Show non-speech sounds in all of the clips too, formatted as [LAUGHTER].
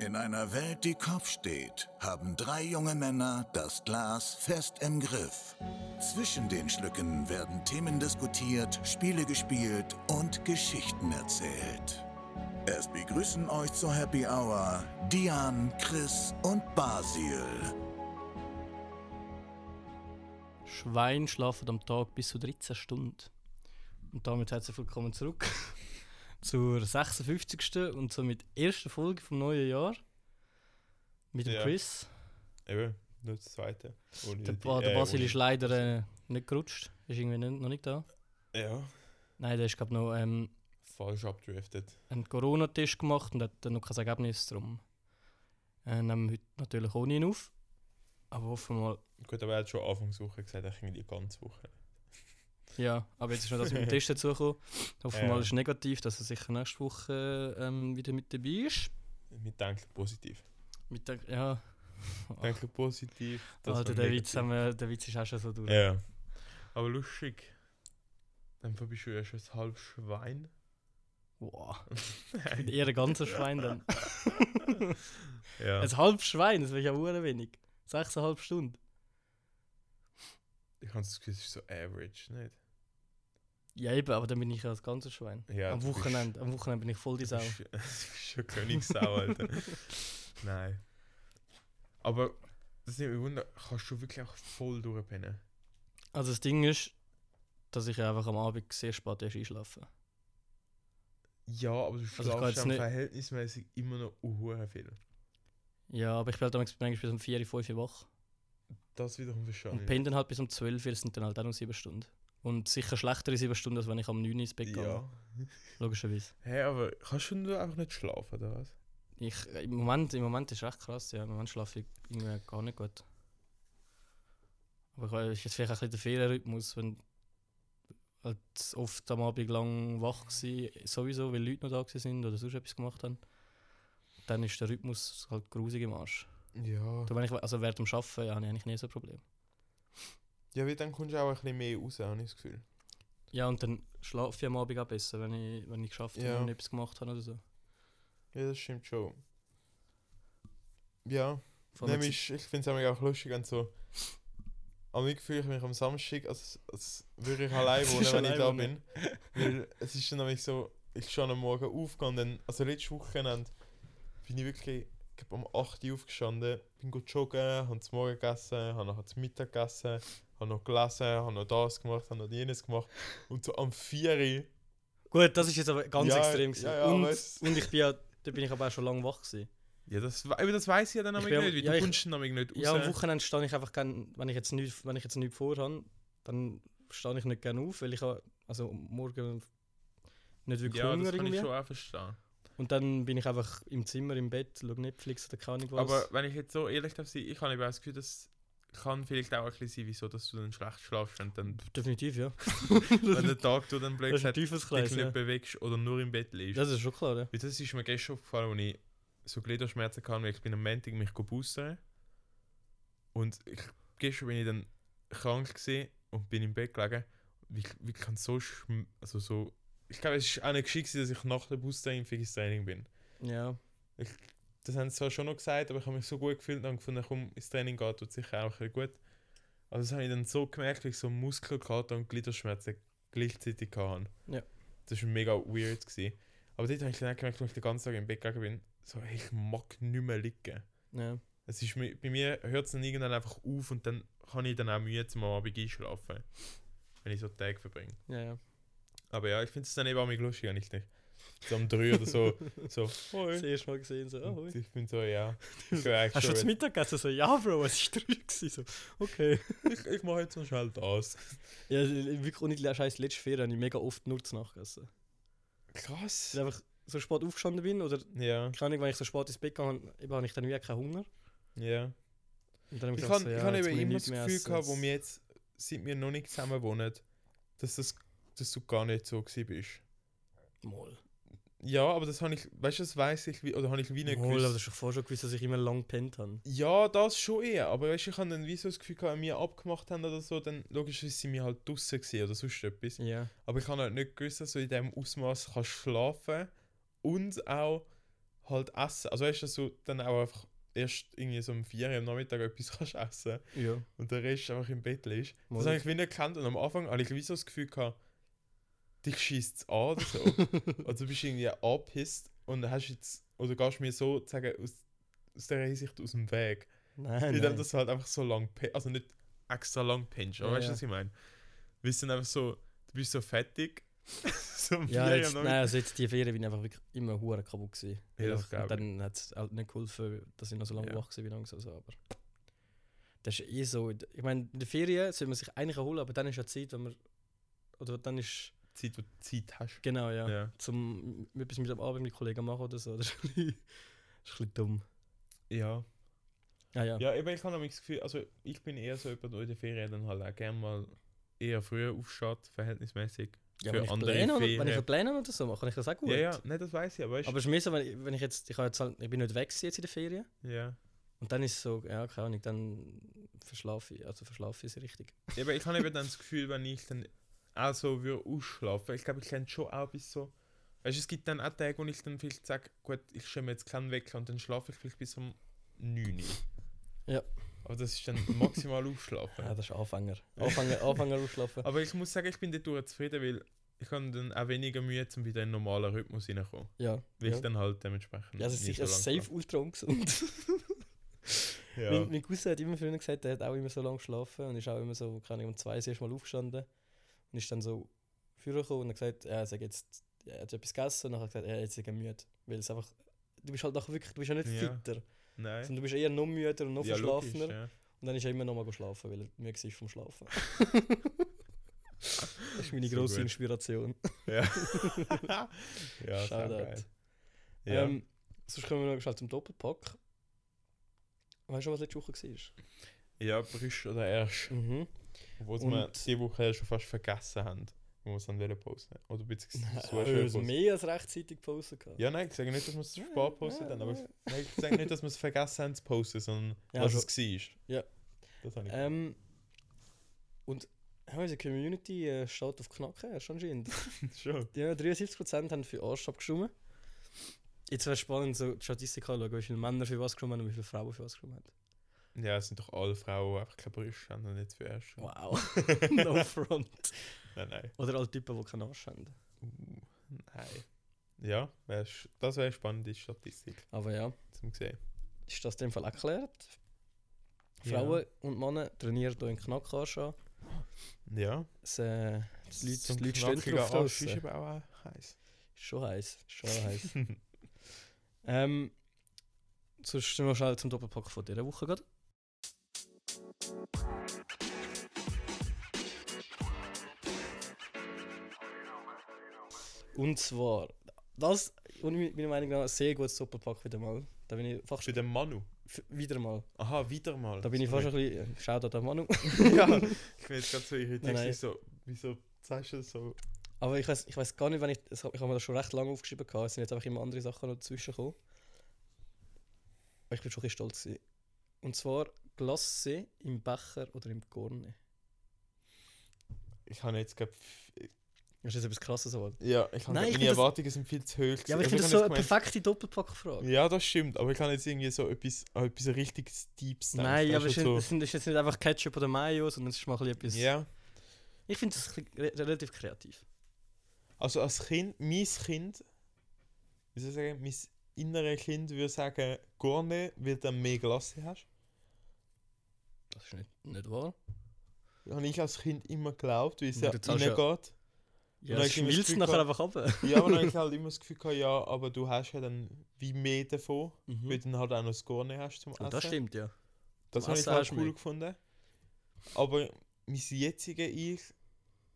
In einer Welt, die Kopf steht, haben drei junge Männer das Glas fest im Griff. Zwischen den Schlücken werden Themen diskutiert, Spiele gespielt und Geschichten erzählt. Es begrüßen euch zur Happy Hour Dian, Chris und Basil. Schwein schlafen am Tag bis zu 13 Stunden. Und damit herzlich willkommen zurück [LAUGHS] zur 56. und somit ersten Folge vom neuen Jahr. Mit dem Ja. Chris. Eben, nur das zweite. Ohne Der, die- ba der äh, Basil ohne- ist leider äh, nicht gerutscht. Ist irgendwie nicht, noch nicht da. Ja, Nein, der ist glaube noch ähm, falsch abgedriftet. einen Corona-Test gemacht und hat dann noch kein Ergebnis drum. Äh, nehmen wir heute natürlich ohne ihn auf. Aber hoffen wir mal. Gut, aber er hat schon Anfangswoche gesagt, ich irgendwie die ganze Woche. Ja, aber jetzt ist noch das mit dem [LAUGHS] Test dazugekommen. Hoffen wir Ja. mal, es ist negativ, dass er sicher nächste Woche ähm, wieder mit dabei ist. Mit Denken positiv. Mit der, ja. Denken positiv. das Alter, war der negativ. Witz, haben wir, der Witz ist auch schon so durch. Ja. Aber lustig. Dann bist du ja schon ein halb Schwein. Boah. Ich bin eher ein ganzer Schwein [LAUGHS] dann. [LAUGHS] Ja. Ein halbes Schwein, das wäre ja hure wenig. Sechseinhalb Stunden. Ich habe das Gefühl, es ist so average, nicht? Ja, eben, aber dann bin ich ja als ganzer Schwein. Ja, am, du bist- Wochenende, am Wochenende bin ich voll die Du Sau. bist- du bist schon [LAUGHS] Königssau, [LAUGHS] Alter. Nein. Aber das nimmt mich wunder, kannst du wirklich auch voll durchpennen? Also das Ding ist, dass ich einfach am Abend sehr spät erst einschlafe. Ja, aber du ich kann schlafst jetzt also nicht- verhältnismäßig immer noch uhuere viel. Ja, aber ich bin halt manchmal bis um 4, 5 Uhr wach. Das wiederum verstanden. Und penne dann halt bis um 12 Uhr, das sind dann halt auch noch 7 Stunden. Und sicher schlechtere 7 Stunden, als wenn ich am 9 Uhr ins Bett gehe. Ja. Logischerweise. Hä, aber kannst du nur einfach nicht schlafen, oder was? Ich, äh, im, Moment, Im Moment ist es echt krass, ja. Im Moment schlafe ich irgendwie gar nicht gut. Aber ich weiß, es ist jetzt vielleicht auch ein bisschen der Ferienrhythmus, wenn halt oft am Abend lang wach war, sowieso, weil Leute noch da gewesen sind oder sonst etwas gemacht haben. Dann ist der Rhythmus halt grusig im Arsch. Ja. Du, wenn ich, also während dem Arbeiten ja, habe ich eigentlich nie so ein Problem. Ja, weil dann kommst du auch ein bisschen mehr raus, habe ich das Gefühl. Ja, und dann schlafe ich am Abend auch besser, wenn ich, wenn ich geschafft habe Ja. und etwas gemacht habe oder so. Ja, das stimmt schon. Ja, Vor allem jetzt- nämlich, ich finde es auch lustig, wenn so. Am ich fühle ich mich am Samstag, als, als würde [LAUGHS] ich allein Als wohnen, ist wenn ich da allein bin. Weil es ist dann nämlich so, ich schon am Morgen aufgegangen, dann, also letztes Wochenende bin ich wirklich ich glaub, um 8 Uhr aufgestanden, bin gut joggen, habe zum Morgen gegessen, habe nachher zum Mittag gegessen, habe noch gelesen, habe noch das gemacht, habe noch jenes gemacht. Und so am 4 Uhr Gut, das ist jetzt aber ganz Ja, extrem. ja, gewesen. ja, und, aber es- und ich bin ja, da bin ich aber auch schon lange wach gewesen. Ja, das, we- aber das weiß ich ja dann Ich nämlich bin am- nicht, weil ja, du ich- kommst dann nämlich nicht raus. Ja, am Wochenende stehe ich einfach gerne, wenn ich jetzt nichts wenn ich jetzt nichts vorhabe, dann stehe ich nicht gerne auf, weil ich auch, also am morgen nicht wirklich ja Hunger das kann ich irgendwie. schon auch verstehen. Und dann bin ich einfach im Zimmer, im Bett, schaue Netflix oder keine Ahnung was. Aber wenn ich jetzt so ehrlich darf sein, ich habe eben auch das Gefühl, das kann vielleicht auch ein bisschen sein, wieso dass du dann schlecht schlafst, wenn, dann, [LAUGHS] Definitiv, ja. [LAUGHS] [LAUGHS] wenn der Tag du dann blöd Das ist ein gesagt dich Teufelskreis, nicht ja. bewegst oder nur im Bett liegst. Das ist schon klar, ja. Weil das ist mir gestern aufgefallen, als ich so Gliederschmerzen hatte, weil ich bin am Montag mich boostern Und ich, gestern bin ich dann krank gewesen und bin im Bett gelegen. Ich, ich kann so schm also so... Ich glaube, es ist auch nicht geschickt, gewesen, dass ich nach der Booster im Fitness Training bin. Ja, Das haben sie zwar schon noch gesagt, aber ich habe mich so gut gefühlt und habe gefunden, komm, ins Training geht, tut sicher auch ein bisschen gut. Also das habe ich dann so gemerkt, wie ich so Muskelkater und Gliederschmerzen gleichzeitig hatte. Ja. Das war mega weird. Gewesen. Aber dort habe ich dann auch gemerkt, als ich den ganzen Tag im Bett gelegen bin, so, hey, ich mag nicht mehr liegen. ja. Es ist, mi- bei mir hört es dann irgendwann einfach auf und dann habe ich dann auch Mühe, zum Abend einschlafen, wenn ich so Tage verbringe. ja, ja. Aber ja, ich finde es dann eben auch mega lustig, wenn ich nicht so um drei [LAUGHS] oder so, so, Das hoi. erste Mal gesehen, so, oh, Und hoi. Ich bin [LAUGHS] so, ja. Ich bin eigentlich Hast du schon zum Mittag gegessen? So, ja, Bro, es war drei. gewesen. So, okay. ich, ich mache jetzt noch schnell das. [LAUGHS] Ja, wirklich ohne die scheiß letzte Ferien habe ich mega oft nur zu Nacht gegessen. Dass Krass. ich einfach so spät aufgestanden bin oder Ja, keine Ahnung, wenn ich so spät ins Bett gegangen eben habe ich dann wieder keinen Hunger. ja. Und dann habe Ich gedacht, habe so, ich ja, hab jetzt eben muss ich nichts immer das mehr Gefühl essen, gehabt, wo jetzt- wir jetzt, seit wir noch nicht zusammen wohnen, dass, das, dass du gar nicht so gewesen bist. Mal. Ja, aber das habe ich, weißt du, das weiß ich, wie, oder habe ich wie nicht Mal, aber das gewusst. ist schon vorher schon gewusst, dass ich immer lang pennt habe. Ja, das schon eher, aber weißt du, ich habe dann wie so das Gefühl gehabt, wenn wir abgemacht haben oder so, dann logischerweise sind wir halt draußen gewesen oder sonst etwas. Ja. Aber ich habe halt nicht gewusst, dass du in diesem Ausmaß kannst schlafen und auch halt essen. Also weißt du, dass du dann auch einfach erst irgendwie so um 4 Uhr am Nachmittag etwas [LAUGHS] kannst essen Ja. und der Rest einfach im Bett liegt. Das Mal. habe ich wieder erkannt und am Anfang habe ich wie so das Gefühl gehabt, dich schießt es an oder so. [LAUGHS] also du bist irgendwie angepisst und hast jetzt, oder gehst mir so sagen, aus, aus dieser Hinsicht aus dem Weg. [LAUGHS] Nein, Ich nein. denke, dass du halt einfach so lang, pe- also nicht extra lang pinch, aber Ja, weißt du, ja. was ich meine? Wir sind einfach so, du bist so fettig. [LAUGHS] so [LAUGHS] um ja, vier jetzt, Uhr am nein, also jetzt die Ferien bin ich einfach wirklich immer hure kaputt gewesen. Ja, das Einfach- glaub und ich. dann hat es halt nicht geholfen, dass ich noch so lange Ja. wach war wie langsam. Also, aber das ist eh so. Ich meine, in den Ferien sollte man sich eigentlich erholen, aber dann ist ja Zeit, wenn man. Oder dann ist. Zeit, wo du Zeit hast. Genau, ja. Ja. Zum m- etwas mit am Abend mit Kollegen machen oder [LAUGHS] so. Das ist ein bisschen, das ist ein bisschen dumm. Ah, Ja. Ja, ja. Ja, eben, ich habe nämlich das Gefühl, also ich bin eher so jemand, der in den Ferien dann halt auch gerne mal eher früher aufsteht, verhältnismäßig. Ja, für wenn, ich andere Pläne, oder- wenn Ferien. ich einen Plan habe oder so, mache ich das auch gut. Ja, ja, nein, das weiß ich, aber weißt Aber es ist mehr so, wenn ich, wenn ich jetzt, ich, habe jetzt halt, ich bin nicht weg gewesen jetzt in den Ferien ja. und dann ist es so, ja, keine Ahnung, dann verschlafe ich, also verschlafe ich es richtig. Ja, aber ich habe eben dann das Gefühl, wenn ich dann auch so würde ausschlafen, ich glaube, ich kann schon auch bis so. Weißt du, es gibt dann auch Tage, wo ich dann vielleicht sage, gut, ich stelle mir jetzt keinen Wecker und dann schlafe ich vielleicht bis um 9 Uhr. Ja. Aber das ist dann maximal ausschlafen. [LAUGHS] Ja, Ah, das ist Anfänger. Anfänger, [LAUGHS] Anfänger ausschlafen. Aber ich muss sagen, ich bin dadurch zufrieden, weil ich habe dann auch weniger Mühe, um wieder in einen normalen Rhythmus reinkommen. Ja. Weil ja. ich dann halt dementsprechend. ja, das ist nicht sicher so lang safe ultra ungesund. [LAUGHS] schlafe. [LAUGHS] Ja. Mein, mein Cousin hat immer früher gesagt, er hat auch immer so lange geschlafen und ist auch immer so, keine Ahnung, um zwei das erste Mal aufgestanden und ist dann so vorgekommen und hat gesagt, ja, er sagt jetzt, er hat etwas gegessen und dann hat er gesagt, ja, jetzt ist er müde. Weil es einfach, du bist halt nachher wirklich, du bist ja nicht Ja. fitter, Nein. sondern du bist eher noch müder und noch Ja, logisch, verschlafener. ja. Und dann ist er immer noch mal geschlafen, weil er müde war vom [LAUGHS] Schlafen. das ist meine So grosse gut. [LAUGHS] Inspiration. Ja. ja, sehr Shoutout. geil. Ja. Ähm, sonst kommen wir noch schnell zum Doppelpack. Weißt du, was letzte Woche war? ja, Brüsch oder Ersch. Mhm. Obwohl Und- wir diese Woche ja schon fast vergessen haben, wo wir es dann wieder posten. Oder beziehungsweise [LAUGHS] Nein, das war schon wir haben gepostet. mehr als rechtzeitig gepostet. gehabt. Ja, nein, ich sage nicht, dass wir es zu spät posten haben, aber ich, ja. nein, ich sage nicht, dass wir es vergessen haben zu posten, sondern Ja, was schon. es war. Ja. Das habe ich Ähm, und ja, unsere Community äh, steht auf Knacken, erst anscheinend. [LAUGHS] schon. Ja, 73% haben für Arsch abgestimmt. Jetzt wäre spannend, so die Statistik anschauen, wie viele Männer für was gestimmt haben und wie viele Frauen für was gestimmt haben. Ja, es sind doch alle Frauen, die einfach keine Brüste haben und nicht für Ersch. [LAUGHS] Wow, no front. Nein, nein. Oder alle Typen, die keinen Arsch haben. Uh, nein. Ja, wär's, das wäre eine spannende Statistik Aber ja, zum sehen. ist das in dem Fall erklärt? Ja. Frauen und Männer trainieren hier in Knackarsch an. Ja. Es, äh, die Leute, Zum die Leute stehen knackigen drauf Arsch ist draussen. eben auch heiß. Schon heiß, [LAUGHS] schon heiß. ähm, sonst noch schnell zum Doppelpack von dieser Woche gerade. Und zwar, das, und mi- meiner Meinung nach, ein sehr gutes Doppelpack wieder mal. Da bin ich fast Für den Manu. f- wieder mal. Aha, wieder mal. Da bin ich fast ein bisschen. Schau da Manu. [LAUGHS] ja, ich bin jetzt gerade so irritiert. Nein, nein. ich So, wieso sagst du das so? Aber ich weiß ich weiß gar nicht, wenn ich. das hab- Ich habe mir das schon recht lange aufgeschrieben gehabt. Es sind jetzt einfach immer andere Sachen noch dazwischen gekommen. Aber ich bin schon ein bisschen stolz. Gewesen. Und zwar Glasse im Becher oder im Korne. Ich habe jetzt gerade. Das ist etwas krasses Wort. Ja, ich Nein, ich habe meine find das- Erwartungen sind viel zu hoch. Ja, aber ich gewesen. finde das Also so eine habe jetzt perfekte Doppelpackfrage. gemeint- Ja, das stimmt, aber ich kann jetzt irgendwie so etwas, an etwas richtig Deeps denken. Nein, Weißt aber du, es ist, so, es sind- es ist jetzt nicht einfach Ketchup oder Mayo, sondern es ist mal ein bisschen etwas. Ja, Ich finde das ein bisschen re relativ kreativ. also als Kind, mein Kind, wie soll ich sagen, mein innere Kind würde sagen, gar nicht, weil du mehr Glasse hast. Das ist nicht, nicht wahr. Habe ich als Kind immer geglaubt, weil es Ja, ja du zahlst ja- reingeht. Ja, Und dann es ich immer das schmilzt Gefühl nachher gehabt- einfach ab. Ja, aber dann habe ich halt immer das Gefühl gehabt, ja, aber du hast ja dann wie mehr davon. weil Mhm. du dann halt auch noch das Gorne hast zum Essen. Und das stimmt, ja. Das Zum habe ich Essen halt hast du cool mehr. gefunden. Aber mein jetziges Ich,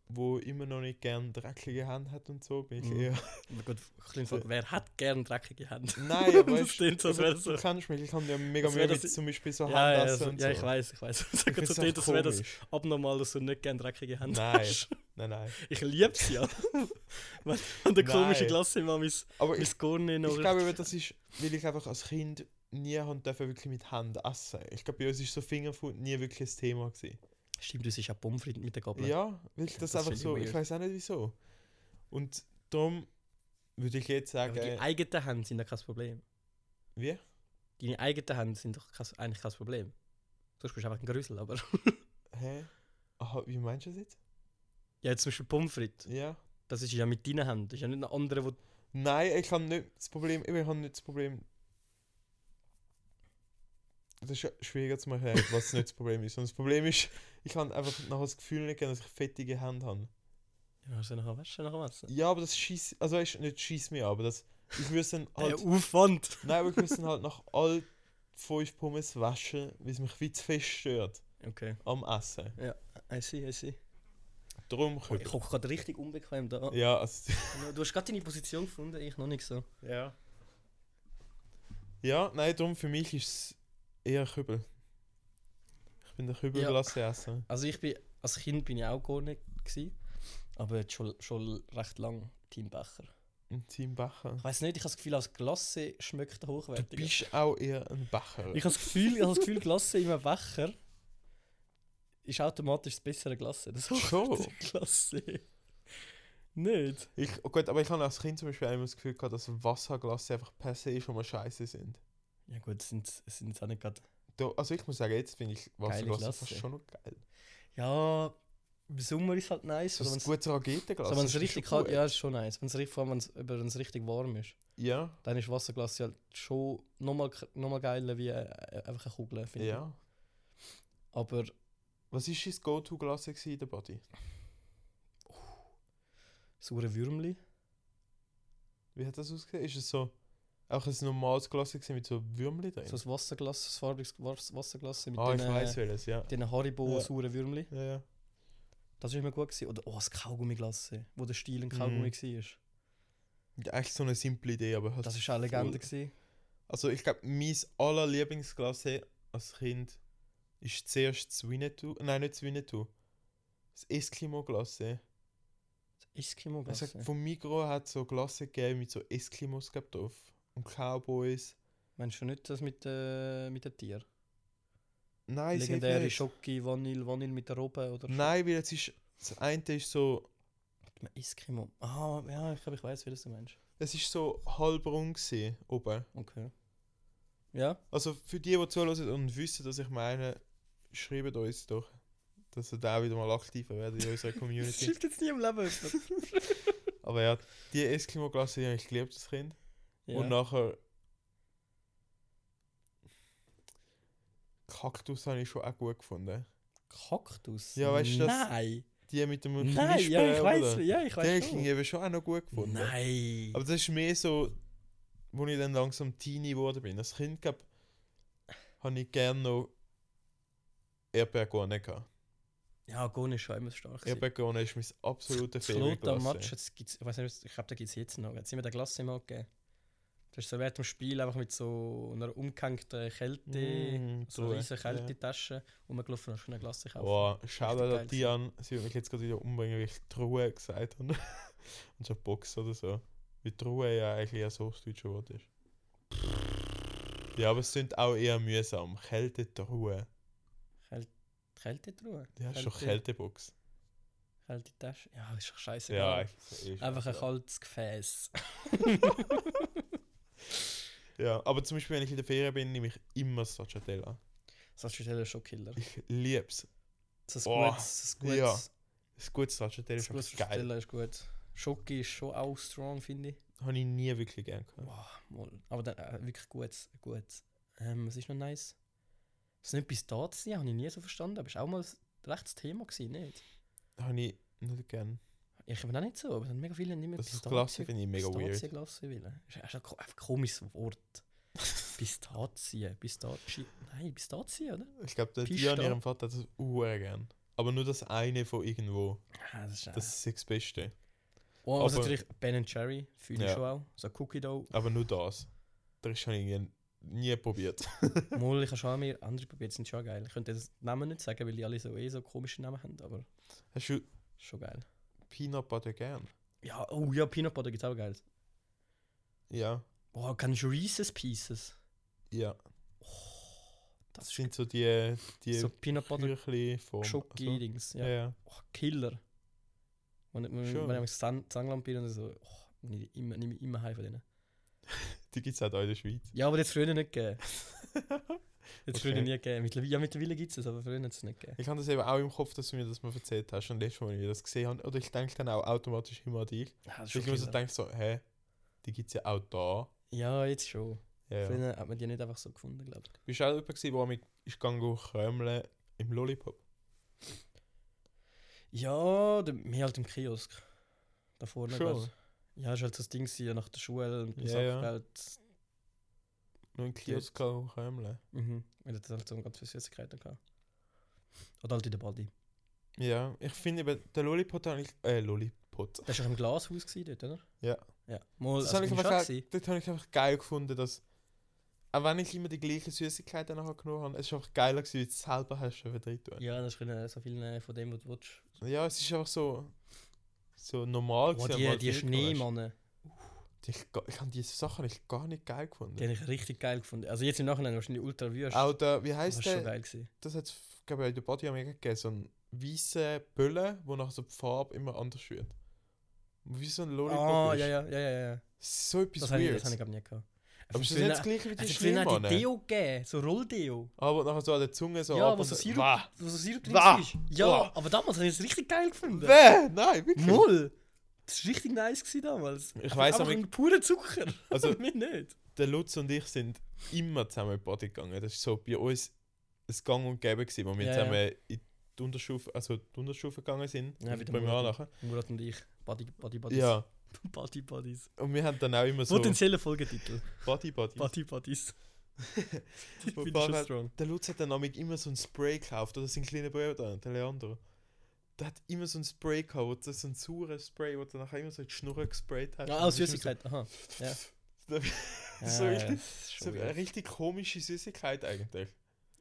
wo immer noch nicht gern dreckige Hände hat und so, bin ich Mhm. [LAUGHS] eher... Aber gut, kleine Frage, wer hat gern dreckige Hände? Nein, [LAUGHS] aber Das klingt so, als aber wäre Du so- kennst mich, ich habe ja mega als wäre Mühe mit das- zum Beispiel so Ja, ja, Handassen so, und so. ja, ich weiß, ich weiß. [LAUGHS] Ich Sag find's zu dir, einfach das wäre das komisch. abnormal, dass du nicht gerne dreckige Hände Nein. hast. [LAUGHS] Nein, nein. Ich lieb's ja. [LAUGHS] wenn, wenn der komische Nein. Klasse immer mein, Aber ich, mein Gorn noch ich glaube, eben, das ist, weil ich einfach als Kind nie haben dürfen wirklich mit Hand essen. Ich glaube, bei uns ist so Fingerfood nie wirklich ein Thema gewesen. Stimmt, das ist ja Pommes frites mit der Gabel. Ja, wirklich, das, Das einfach finde ich so. Ich weird. weiß auch nicht wieso. Und darum würde ich jetzt Aber sagen, die eigenen Hände sind ja kein Problem. Wie? Deine eigenen Hände sind doch kein, eigentlich kein Problem. Sonst bist du einfach ein Grüssel, aber... [LAUGHS] Hä? Aha, wie meinst du das jetzt? ja, jetzt zum Beispiel Pommes frites. Ja. Das ist ja mit deinen Händen. Das ist ja nicht ein anderer, wo... Nein, ich habe nicht das Problem. eben, Ich habe nicht das Problem. Das ist ja schwieriger zu [LAUGHS] machen, was nicht das Problem ist. Und das Problem ist, ich habe einfach nachher das Gefühl nicht, gern, dass ich fettige Hände habe. Ja, hast du nachher waschen, nachher waschen. Ja, aber das schießt. Also, weißt, du, nicht schießt mir, aber das. Ich würde es dann [LAUGHS] halt. Der Aufwand! nein, aber ich würde es dann halt nach all fünf Pommes waschen, weil es mich wie zu fest stört Okay. am Essen. I see, I see. Drum Ich könnte. koche gerade richtig unbequem da. Ja, also. Du hast gerade deine Position gefunden, ich noch nicht so. Ja. Ja, nein, darum für mich ist es eher Kübel. Ich bin der Kübel Ja. gelassen essen. Also ich bin, als Kind bin ich auch gar nicht gewesen, aber jetzt schon, schon recht lang Team Becher. Ein Team Becher. Ich weiß nicht, ich habe das Gefühl, als Glasse schmeckt er Du hochwertiger. bist auch eher ein Becher. Ich habe das Gefühl, ich habe das Gefühl, Glasse in einem Becher ist automatisch das bessere Glasse. Das So. hochwertige Glasse. Nicht? Ich, oh gut, aber ich habe als Kind zum Beispiel immer das Gefühl gehabt, dass Wasserglas einfach Pässe ist und mal scheiße sind. Ja gut, es sind es sind jetzt auch nicht gerade. Da, also ich muss sagen, jetzt finde ich Wasserglas fast Klasse. schon noch geil. Ja, im Sommer ist halt nice. So Also ein wenn's- gutes Raketenglas. also wenn ist es schon richtig kalt, gut. ja, ist schon nice. Wenn's, richtig- vor allem, wenn's- wenn es richtig warm ist. Ja, dann ist Wasserglas ja schon nochmal noch mal geiler wie äh, äh, einfach eine Kugel, finde ich. ja. Aber Was war dein Go-To-Glas gewesen in der Body? saure Würmli, Wie hat das ausgesehen? Ist es so auch ein normales Glas gewesen mit so Würmchen drin? so ein Wasserglas, ein farbiges Was- Wasserglas mit ah, ich den, äh, weiß welches, ja. den Haribo Ja. sauren Würmli. Ja, ja. Das war immer gut. Gewesen. Oder oh, das Kaugummiglas, wo der Stiel ein Kaugummi Mhm. war. ja. Eigentlich so eine simple Idee, aber halt. Das war eine voll- Legende. Gewesen. Also, ich glaube, mein allerlieblingsglas als Kind ist zuerst das Winnetou. Nein, nicht das Winnetou. Das Eskimo-Glas. Eskimo-Glas. Also, vom Migros hat es so Glas gegeben mit so Eskimos glaub, drauf. Und Cowboys. Meinst du nicht das mit, äh, mit den Tieren? Nein, safe Legendäre nicht. Schoki, Vanille, Vanille mit der Robe oder Nein, weil jetzt ist. Das eine ist so. Schocke- Eskimo. Ah, ja, ich glaube, ich weiß, wie das du meinst. Es ist so halbrund gewesen, oben. Okay. Ja? Also für die, die zuhören und wissen, dass ich meine, schreibt uns doch, dass ihr da wieder mal aktiver werdet in unserer Das Community. [LAUGHS] schreibt jetzt nie im Leben. [LAUGHS] Aber ja, die Eskimo-Klasse, die habe ich geliebt als Kind. ja. Und nachher. Kaktus habe ich schon auch gut gefunden. Kaktus? Ja, weißt du, das- Nein! Die mit dem Nein, ja, ich Knispen, weiß, oder? ja, ich Die habe weiß ich irgendwie schon auch noch gut gefunden. Nein! Aber das ist mehr so, wo ich dann langsam Teenie geworden bin. Als Kind gab, habe ich gerne noch Erdbeergurne gehabt. ja, Gon ist schon immer stark. gewesen. Erdbeergurne ist mein absoluter Das Lot am Match, Favorit. das gibt's, ich weiß nicht, ich glaube, da gibt es jetzt noch. Jetzt sind wir der Glasse mal gegeben. Das ist so während dem Spiel einfach mit so einer umgehängten Kälte, Mm, so einer riesen Kältetasche rumgelaufen und hast eine Glasse kaufen. Boah, schau Richtig da geil die an. Sie wird mich jetzt gerade wieder umbringen, weil ich Truhe gesagt habe. [LAUGHS] Und so Box oder so. Weil Truhe ja eigentlich ein hochdeutsches Wort ist. Ja, aber es sind auch eher mühsam. Kälte Truhe. Kälte drüber? Ja, ist schon Kältebox. Kälte Tasche? Ja, ist doch scheiße. Ja, eigentlich so, eh schon Einfach ein klar. kaltes Gefäß. [LAUGHS] Ja, aber zum Beispiel, wenn ich in der Ferien bin, nehme ich immer Stracciatella. Das ist ein Schockkiller. Ich liebe es. Das ist Boah, gut, das ist gut. ja. Das gute Stracciatella Das ist gutes einfach geil. Verstellen ist gut. Schoki ist schon auch strong, finde ich. Habe ich nie wirklich gern gehabt. Boah, mal. Aber dann, äh, wirklich gut. gut. Ähm, was ist noch nice? Was nicht bis da zu sein, habe ich nie so verstanden. Aber ist auch mal ein rechtes Thema gewesen, nicht? Habe ich nicht gern. Ich habe auch nicht so, aber es haben mega viele nicht mehr Das ist Klasse, finde ich mega weird. Pistazien wollen. äh, Ist ist ein ko- ein komisches [LAUGHS] Wort. Pistazien, Pistazien. Nein, Pistazien, oder? Ich glaube, der Pista. Dian, ihrem Vater, hat das uhr gern. Aber nur das eine von irgendwo. Ah, das ist Das ist das Beste. oh, also aber- natürlich Ben Cherry, fühle ich Ja. schon auch. So Cookie Dough. Aber nur das. Der ist schon irgendwie nie probiert. [LAUGHS] Mol, ich habe schon auch mehr andere probiert, sind schon geil. Ich könnte jetzt den Namen nicht sagen, weil die alle so eh so komische Namen haben, aber Hast du schon geil. Peanut Butter gern? Ja, oh ja, Peanut Butter gibt's auch geil. Ja. Boah, kannst du Reese's Pieces? Ja. Das Oh, Das ist sind so die, die so Peanut Butter Küchli von. Schoki-Dings, Ja. ja. ja. Oh, Killer. Wenn, wenn, Schon. wenn ich Sanglampier und so, oh, nehme ich immer, nehme ich immer heim von denen. Die gibt es auch hier in der Schweiz. Ja, aber das früher nicht gegeben. Jetzt früher Okay. nie gegeben. Mittlerweile, ja, mittlerweile gibt es es, aber früher hat es nicht gegeben. Ich habe das eben auch im Kopf, dass du mir das mal erzählt hast. Und letztes Mal, als ich das gesehen habe, oder ich denke dann auch automatisch immer an dich. Ah, das ist Weil ich schon immer so killer. denke, so, hä, die gibt es ja auch da. ja, jetzt schon. Ja, ja. Früher hat man die nicht einfach so gefunden, glaube ich. Bist du auch jemand, gewesen, der mit ist gegangen go krömeln im Lollipop? Ja, der, wir halt im Kiosk. Da vorne. Schon? grad. Ja, ist halt das Ding gewesen, nach der Schule und beim Ja, ja. Sachgeld. Nur im Kiosk go krömeln. Mhm. Wir hatten halt so ganz viele Süßigkeiten gehabt. Oder halt in der Body. Ja, ich finde eben, der Lollipop habe ich. Äh, Lollipop. Das war schon im Glashaus gewesen, dort, oder? Ja. Ja. Mal, Das also, habe ich, bin einfach schon geil- gewesen. dort habe ich einfach geil gefunden, dass. Auch wenn ich immer die gleichen Süßigkeiten nachher genommen habe, es ist einfach geiler gewesen, wie du es selber hast dürfen drin tun. Ja, das ist können so viel äh, von dem, was du willst. Ja, es ist einfach so. so normal Boah, wenn du die, halt die viel genommen hast. Schneemannen, Die- Ich, ga- ich habe diese Sachen ich gar nicht geil gefunden. die habe ich richtig geil gefunden. Also jetzt im Nachhinein wahrscheinlich ultra wüst. Auch der, wie das war heißt schon der? geil gewesen. Das hat glaube ich, in der Body mega gegeben. So ein weiße Bölle, wo nachher so die Farbe immer anders wird. Wie so ein Lollipop. Ah, ist. ja, ja, ja, ja, ja. So etwas Das habe ich, weird. das habe ich glaube ich nicht gehabt. Aber ist das Früher- nicht das gleiche wie die Also früher hat die Schneemannen? Deo gegeben, so Rolldeo. Aber nachher so an der Zunge so ja, ab wo und so Sirup, Wah. wo so Sirup drin Wah. war. Ja, Wah. aber damals habe ich es richtig geil gefunden. Bäh, nein, wirklich. Null! Das war richtig nice gewesen damals. Ich weiss aber. aber- Einfach purer Zucker. [LAUGHS] Also- mir nicht. Der Lutz und ich sind immer zusammen in die Body gegangen. Das ist so bei uns ein Gang und Gäbe gewesen, wo wir Ja, ja. zusammen in die Unterstufe, also die Unterstufe gegangen sind. Ja, und wie der bei mir auch Murat. nachher. Murat und ich. Body, Body Buddies. Ja, Body Buddies. und wir haben dann auch immer so Potenzieller [LAUGHS] Folgetitel. Body Body. Body [LAUGHS] Buddies. ich bin Wobei schon man- strong. Der Lutz hat dann nämlich immer so ein Spray gekauft, oder sein kleiner Bruder, der Leandro. Der hat immer so ein Spray gehabt, wo das- so ein saures Spray, wo du nachher immer so in die Schnurren gesprayt hast. Ah, Und oh, das ist immer Süßigkeit. Aha. Ja. So, so, ja, richtig, das ist so schon eine weird. richtig komische Süßigkeit eigentlich.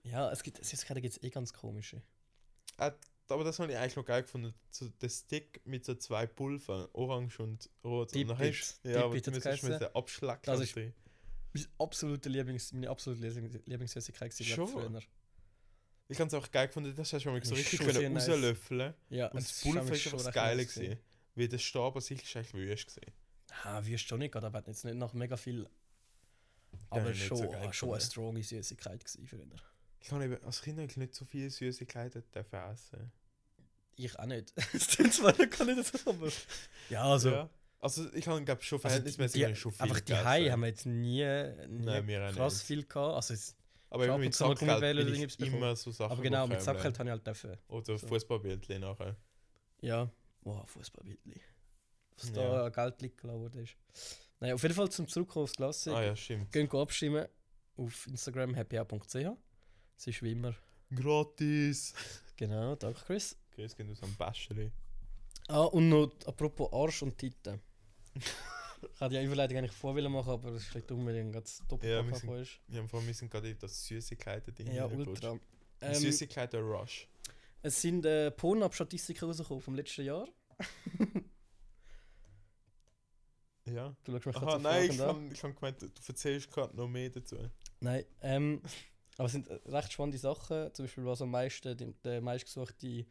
ja, es gibt Süßigkeiten gibt es eh ganz komische. Aber das habe ich eigentlich noch geil gefunden. So der Stick mit so zwei Pulvern, orange und rot. Deep und nachher ist, Bits. ja, Deep aber Bits du hat's müsstest mit geheißen. Also der Abschlag Das ist- drin. Meine absolute Lieblings, meine absolute Lieblings- Lieblingssüßigkeit war glaub ich, Schon? früher. Ich habe es auch geil gefunden, das hast du schon mal so Das ist richtig schon können sehr Also nice. rauslöffeln. Ja, Und es das ist Pulver eigentlich ist einfach schon das recht Geile nice gewesen. Weil der Stab an sich ist eigentlich wüst gewesen. Ah, wüsst schon nicht, gerade, aber hat jetzt nicht nach mega viel. Aber hab ich nicht schon, so geil ah, schon eine gefunden. stronge Süßigkeit gewesen für ihn. Ich habe eben als Kind eigentlich nicht so viele Süßigkeiten dürfen essen. Ich auch nicht. [LAUGHS] Es tut zwar nicht, kann nicht so, aber. Ja, also. Ja. Also ich habe glaube also schon die, verhältnismäßig die, also schon viel einfach die gegessen. Hai haben wir jetzt nie, nie Nein, wir auch krass nicht. viel gehabt. Also jetzt, Aber eben ab und mit zu mal Sackgeld Gummibärle bin oder ich irgendwas bekommen. immer so Sachen aber genau, mit bekommen. Sackgeld habe ich halt dürfen. Oder so. Fußballbildchen nachher. Ja. Wow, Fußballbildli. Was Ja. da Geld liegen worden ist. Naja, auf jeden Fall zum Zurückkommen aufs Klassik. Ah ja, stimmt. Gehen abstimmen auf Instagram happyhour.ch. Es ist wie immer. Gratis! Genau, danke Chris. Okay, jetzt gehen wir so ein Bäscheli. Ah, und noch apropos Arsch und Titten. ich hatte ja Überleitung eigentlich vorwählen machen, aber es ist vielleicht dumm, wenn ein ganz top Ja, wir Podcast sind- ist. Wir haben vorhin müssen gerade in das Süßigkeiten-Ding Ja, reingerutscht. ultra. Ein Ähm, Süßigkeiten-Rush. es sind äh, Pornhub-Statistiken rausgekommen vom letzten Jahr. Ja. Du schaust mich Aha, gerade so nein, ich fragend an. habe hab gemeint, du erzählst gerade noch mehr dazu. Nein, ähm, aber es sind äh, recht spannende Sachen. Zum Beispiel, was am meisten, die- der meistgesuchte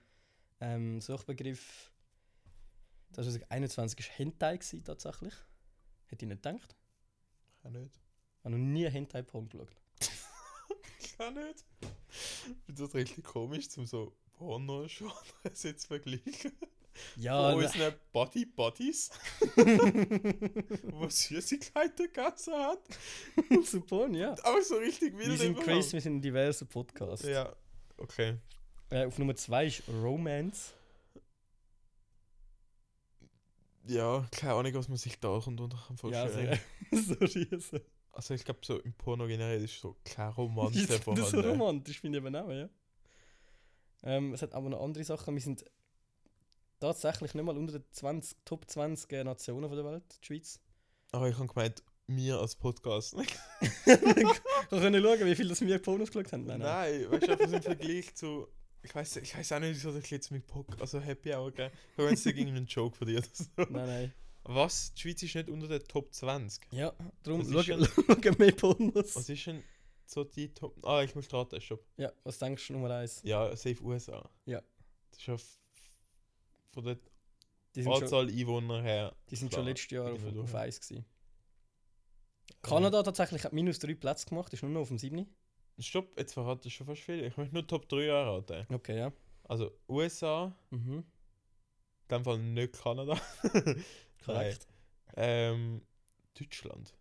ähm, Suchbegriff 2021 war Hentai gewesen, tatsächlich. Hätte ich nicht gedacht. Auch nicht. Ich habe noch nie Hentai-Porn geschaut. Ich kann nicht. Ich finde das richtig komisch, zum so [LAUGHS] Porno-Genres jetzt zu vergleichen. Ja, Von nein. unseren Body-Buddies, die Süßigkeiten gegessen hat. [LAUGHS] zu Porn, ja. Aber so richtig wild Wir sind überhaupt. crazy, wir sind ein diverser Podcast. Ja, okay. Äh, auf Nummer 2 ist Romance. Ja, keine Ahnung, was man sich da auch und unter kann ja, vorstellen sehr. [LAUGHS] Sorry. Also. Also ich glaube, so im Porno generell ist so [LAUGHS] keine Ich Romanze finde das so vorhanden. romantisch, finde ich eben auch, ja. Ähm, es hat aber noch andere Sachen. Wir sind tatsächlich nicht mal unter den 20, Top 20 Nationen von der Welt, die Schweiz. [LAUGHS] Aber ich habe gemeint, wir als Podcast. Nein, Wir können schauen, wie viel das wir Pornos geschaut haben. Nein, nein. weißt du, einfach so im Vergleich zu... Ich weiß, ich weiß auch nicht, wieso ich jetzt mit Podcast... Also Happy Hour, gell? Wenn es dir gegen einen Joke von dir oder so. [LAUGHS] Nein, nein. Was? Die Schweiz ist nicht unter den Top 20? Ja, darum Was ist schauen [LAUGHS] schauen wir Pornos. Was ist denn so die Top... Ah, ich muss raten, stopp. ja, was denkst du, Nummer 1? Ja, safe USA. Ja. Das ist ja... f- Von der Die sind, schon, Anzahl Einwohner her... die sind klar, schon letztes Jahr bin auf, ich mir auf durch. 1 gewesen. Kanada tatsächlich hat minus 3 Plätze gemacht, ist nur noch auf dem 7. Stopp, jetzt verrate ich schon fast viel. Ich möchte nur Top 3 erraten. Okay, ja. Also USA, Mhm. in dem Fall nicht Kanada. [LAUGHS] Korrekt. ähm, Deutschland.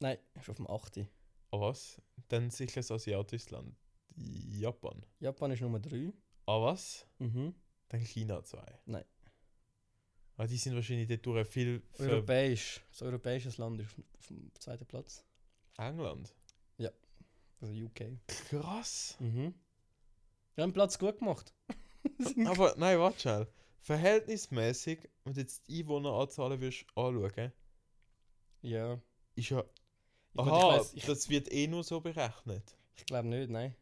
Nein, ist auf dem 8. Ah was? Dann sicher das asiatisches Land. Japan. Japan ist Nummer 3. Ah was? Mhm. Dann China 2. Nein. Ah, die sind wahrscheinlich dort durch viel für Europäisch. Das europäisches Land ist auf dem- auf dem zweiten Platz. England. Also UK. Krass. Mhm. Wir haben den Platz gut gemacht. Aber nein, warte schnell. Verhältnismäßig, wenn du jetzt die Einwohneranzahlen würdest anschauen, Ja. ist ja. Ich meine, Aha, ich, weiss- ich, das wird eh nur so berechnet. ich glaube nicht, nein.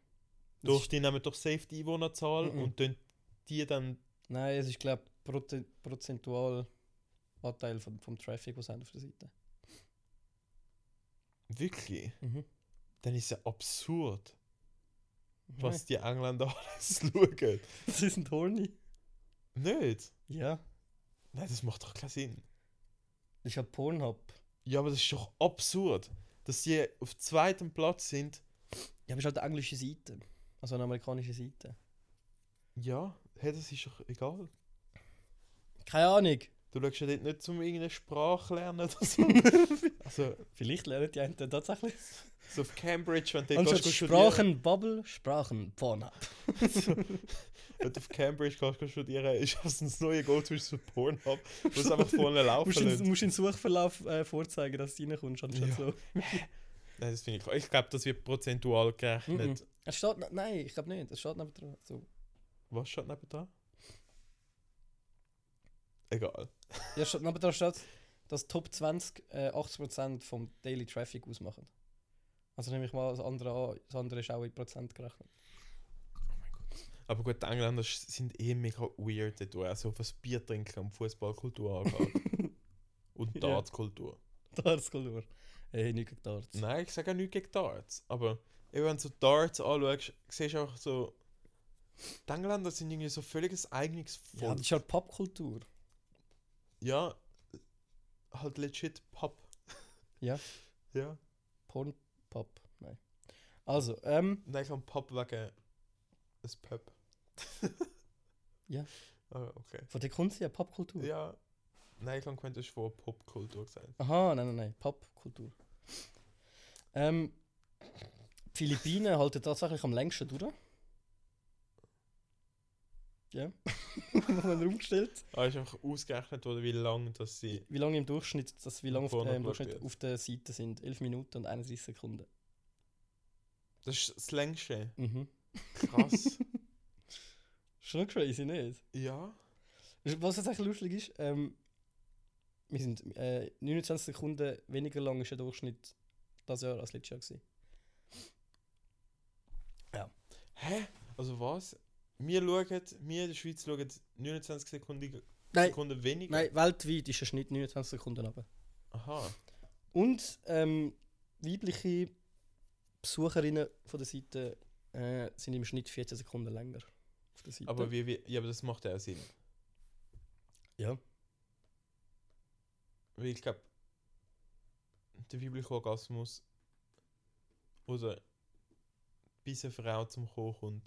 Das Doch, ist, die nehmen doch safe die Einwohnerzahl Mhm. und tun die dann. nein, es ist, glaube ich, prozentual Anteil vom, vom Traffic, was sie haben auf der Seite. Wirklich? Mhm. Dann ist ja absurd, was die Engländer [LAUGHS] alles schauen. Mhm. [LAUGHS] Sie sind horny. Nicht? Ja. Nein, das macht doch keinen Sinn. Das ist ja Pornhub. Ja, aber das ist doch absurd, dass die auf zweitem Platz sind. Ja, aber es ist halt eine englische Seite. Also eine amerikanische Seite. Ja, hey, das ist doch egal. Keine Ahnung. Du schaust ja dort nicht zum irgendeine Sprache lernen oder [LAUGHS] so. also, Vielleicht lernen die einen dann tatsächlich. so auf Cambridge, wenn du [LAUGHS] dort Anstatt gehst, studieren- Sprachen, Bubble, Sprachen, Pornhub. [LAUGHS] Wenn du auf Cambridge kannst, kannst studieren, ist das das neue Go-To für Pornhub, wo es einfach [LAUGHS] vorne Musst laufen in, lässt. musst in den Suchverlauf äh, vorzeigen, dass du reinkommst, anstatt Ja. so. Nein, das finde ich klar. Ich glaube, das wird prozentual gerechnet. Mhm. Es steht, ne- nein, ich glaube nicht. Es steht neben dran. So. Was steht neben da? Egal. Ja, steht, neben dran steht, dass Top 20 äh, 80% vom Daily Traffic ausmachen. Also nehme ich mal das andere an, das andere ist auch in Prozent gerechnet. Aber gut, die Engländer sch- sind eh mega weird dort, also was Bier trinken und Fußballkultur angeht. [LAUGHS] und Ja. Dartskultur. [LAUGHS] Darts-Kultur. Äh, Hey, nichts gegen Darts. Nein, ich sage auch nichts gegen Darts. Aber eben, wenn du so Darts anschaust, siehst du auch so. Die Engländer sind irgendwie so völliges eigenes Volk. Ja, das ist halt Popkultur. Ja, halt legit Pop. [LAUGHS] Ja. Ja. Porn-Pop. Nein. Also, ähm, Nein, ich habe Pop wegen es [LAUGHS] Pop. Ja. Ah, okay. von der kommt sie ja Popkultur. Ja. Nein, ich habe gemeint, das ist vor Popkultur gesagt. Aha, nein, nein, nein, Popkultur. Ähm, die Philippinen [LAUGHS] halten tatsächlich am längsten durch. Ja, [LAUGHS] haben wir umgestellt. Ah, ist einfach ausgerechnet worden, wie lange dass sie. Wie lange im Durchschnitt, das, wie lange auf, Vorne äh, im blockiert. Durchschnitt auf der Seite sind? 11 Minuten und 31 Sekunden. Das ist [LAUGHS] das längste. Mhm. Krass. Schon crazy, nicht? ja. Was tatsächlich lustig ist, ähm, wir sind äh, 29 Sekunden weniger lang ist der Durchschnitt das Jahr als letztes Jahr gewesen. Hä? Also was? Wir schauen, wir in der Schweiz schauen 29 Sekunden, Nein, Sekunden weniger. nein, weltweit ist der Schnitt 29 Sekunden runter. Aha. Und ähm, weibliche Besucherinnen von der Seite äh, sind im Schnitt 14 Sekunden länger auf der Seite. [LAUGHS] Aber wie, wie, ja, aber das macht ja auch Sinn. ja. Weil ich glaube, der weibliche Orgasmus oder bis eine Frau zum Kochen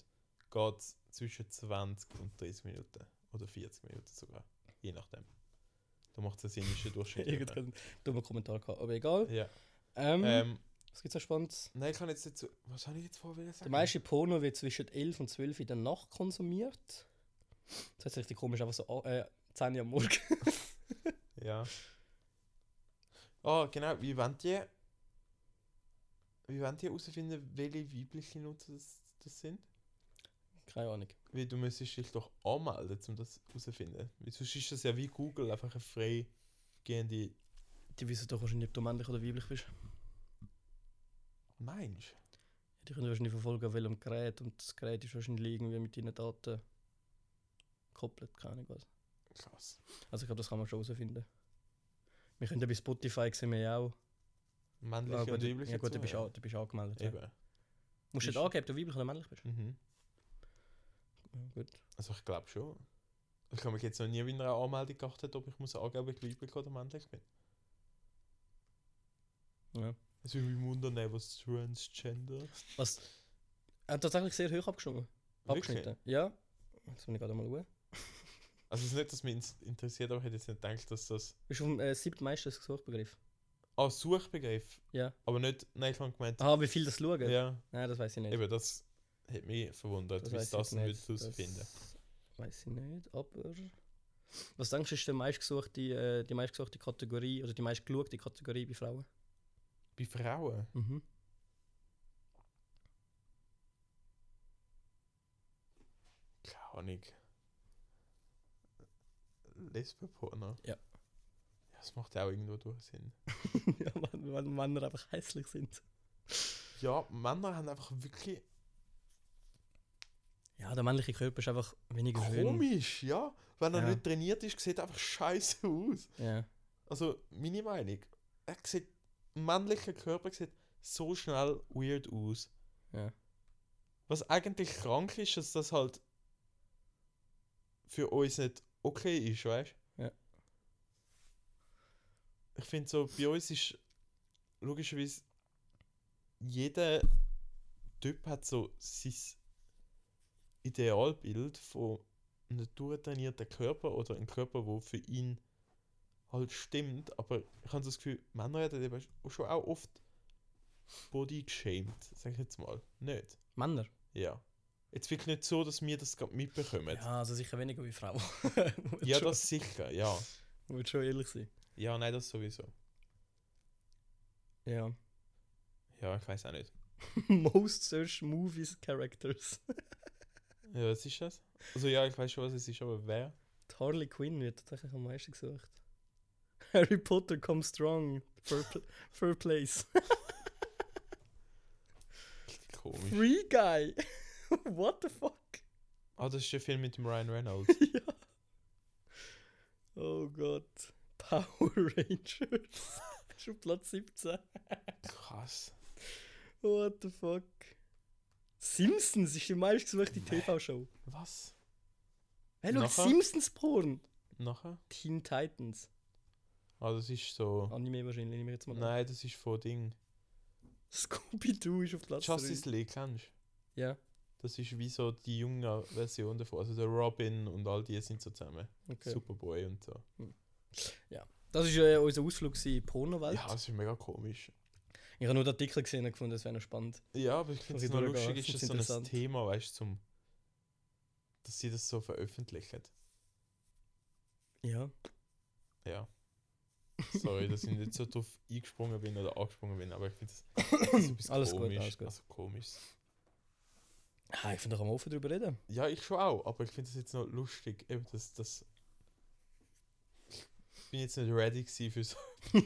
kommt, geht zwischen 20 und 30 Minuten oder 40 Minuten sogar, je nachdem. Da macht es einen sinnischen Durchschnitt. eben. Irgendeinen dummen Kommentar gehabt, aber egal. ja. Ähm, ähm, was gibt's noch Spannendes? nein, ich kann jetzt dazu. Was habe ich jetzt vorher sagen? Der meiste Porno wird zwischen 11 und 12 in der Nacht konsumiert. Das hört sich richtig komisch einfach so an, äh, 10 Uhr am Morgen. [LAUGHS] Ja. Ah, genau, wie wollt ihr. Wie wollt ihr herausfinden, welche weiblichen Nutzer das, das sind? Keine Ahnung. Weil du müsstest dich doch anmelden, um das herauszufinden. Weil sonst ist das ja wie Google, einfach eine frei gehende Die wissen doch wahrscheinlich, ob du männlich oder weiblich bist. Mensch. Die können wahrscheinlich verfolgen, auf welchem Gerät. Und das Gerät ist wahrscheinlich irgendwie mit deinen Daten gekoppelt. Keine Ahnung was. Krass. Also ich glaube, das kann man schon herausfinden. Wir können ja bei Spotify sehen wir ja auch. Männliche Ja, gut, und weibliche ja, gut du, bist Zuhörer. an, du bist angemeldet. Ja. Eben. Musst du Ist- nicht angeben, ob du weiblich oder männlich bist. Mhm. Ja, gut. Also ich glaube schon. Ich habe mich jetzt noch nie bei einer Anmeldung geachtet, ob ich muss angeben, ob ich weiblich oder männlich bin. Ja. Es würde mich wundern, ey, was Transgender. Was? Er hat tatsächlich sehr hoch abgeschnitten. abgeschnitten. Ja. Jetzt muss ich gerade mal schauen. Also es ist nicht, dass mich ins- interessiert, aber ich hätte jetzt nicht gedacht, dass das. Ist auf dem äh, siebten meistens gesucht Begriff. Ah, Suchbegriff. Ja. Aber nicht, nein, ich habe gemeint. Ah, wie viel das schauen? ja, Nein, das weiß ich nicht. eben, das hat mich verwundert, wie weiss es das ich denn nicht. wird herausfinden. Das Weiß ich nicht, aber. Was denkst du, ist die meistgesuchte, äh, die meistgesuchte Kategorie oder die meistgeschaute Kategorie bei Frauen? Bei Frauen? Mhm. Keine Ahnung. Lesbenporno? Ja. Ja, das macht ja auch irgendwo durch Sinn. [LAUGHS] ja, weil, weil Männer einfach hässlich sind. Ja, Männer haben einfach wirklich Ja, der männliche Körper ist einfach weniger schön. komisch, ja. Wenn er Ja. nicht trainiert ist, sieht er einfach scheiße aus. Ja. Also, meine Meinung. Er sieht, ein männlicher Körper sieht so schnell weird aus. Ja. Was eigentlich krank ist, dass das halt für uns nicht okay ist, weißt du? Ja. Ich finde so, bei uns ist logischerweise jeder Typ hat so sein Idealbild von einem durchtrainierten Körper oder einem Körper, wo für ihn halt stimmt, aber ich habe so das Gefühl, Männer werden eben schon auch oft body geshamed, sag ich jetzt mal. Nicht? Männer? Ja. Jetzt wirklich nicht so, dass wir das gerade mitbekommen. Ja, Ja, also sicher weniger wie Frauen. [LAUGHS] schon, das sicher, ja. Muss schon ehrlich sein. Ja, nein, das sowieso. Ja. Ja, ich weiß auch nicht. [LAUGHS] Most Search Movies Characters. Ja, was ist das? Also ja, ich weiß schon, was es ist, aber wer? Die Harley Quinn wird tatsächlich am meisten gesucht. Harry Potter come strong. Fur, [LAUGHS] fur place. Komisch. Free Guy. [LAUGHS] What the fuck? [LAUGHS] Ah, das ist der Film mit dem Ryan Reynolds. ja. Oh Gott. Power [LAUGHS] Rangers. Schon Platz 17. Krass. What the fuck? Simpsons ist die meistgesuchte TV-Show. Was? Hey, look, Nachher? Simpsons Porn. Nachher? Teen Titans. Ah, das ist so. Anime wahrscheinlich, nehme ich jetzt mal an. Nein, das ist von Ding. Scooby-Doo ist auf Platz 3. Justice League kennst du? Ja, Das ist wie so die junge Version davon. Also der Robin und all die sind so zusammen. okay. Superboy und so. Das war äh, unser Ausflug gewesen in die Pornowelt. Ja, das ist mega komisch. Ich habe nur den Artikel gesehen und gefunden, das wäre noch spannend. Ja, aber ich finde ich es noch durchgehen, lustig, find's ist das so ein interessant. Thema, weißt du, zum. Dass sie das so veröffentlichen. Ja. Ja. Sorry, dass ich nicht so drauf eingesprungen bin oder angesprungen bin, aber ich finde [COUGHS] das das ist ein bisschen Alles gut, komisch. alles gut. Also komisch. Ah, ich finde, da kann man offen drüber [LAUGHS] reden. Ja, ich schon auch, aber ich finde das jetzt noch lustig. Eben, dass das. Ich bin jetzt nicht ready gewesen [LAUGHS] für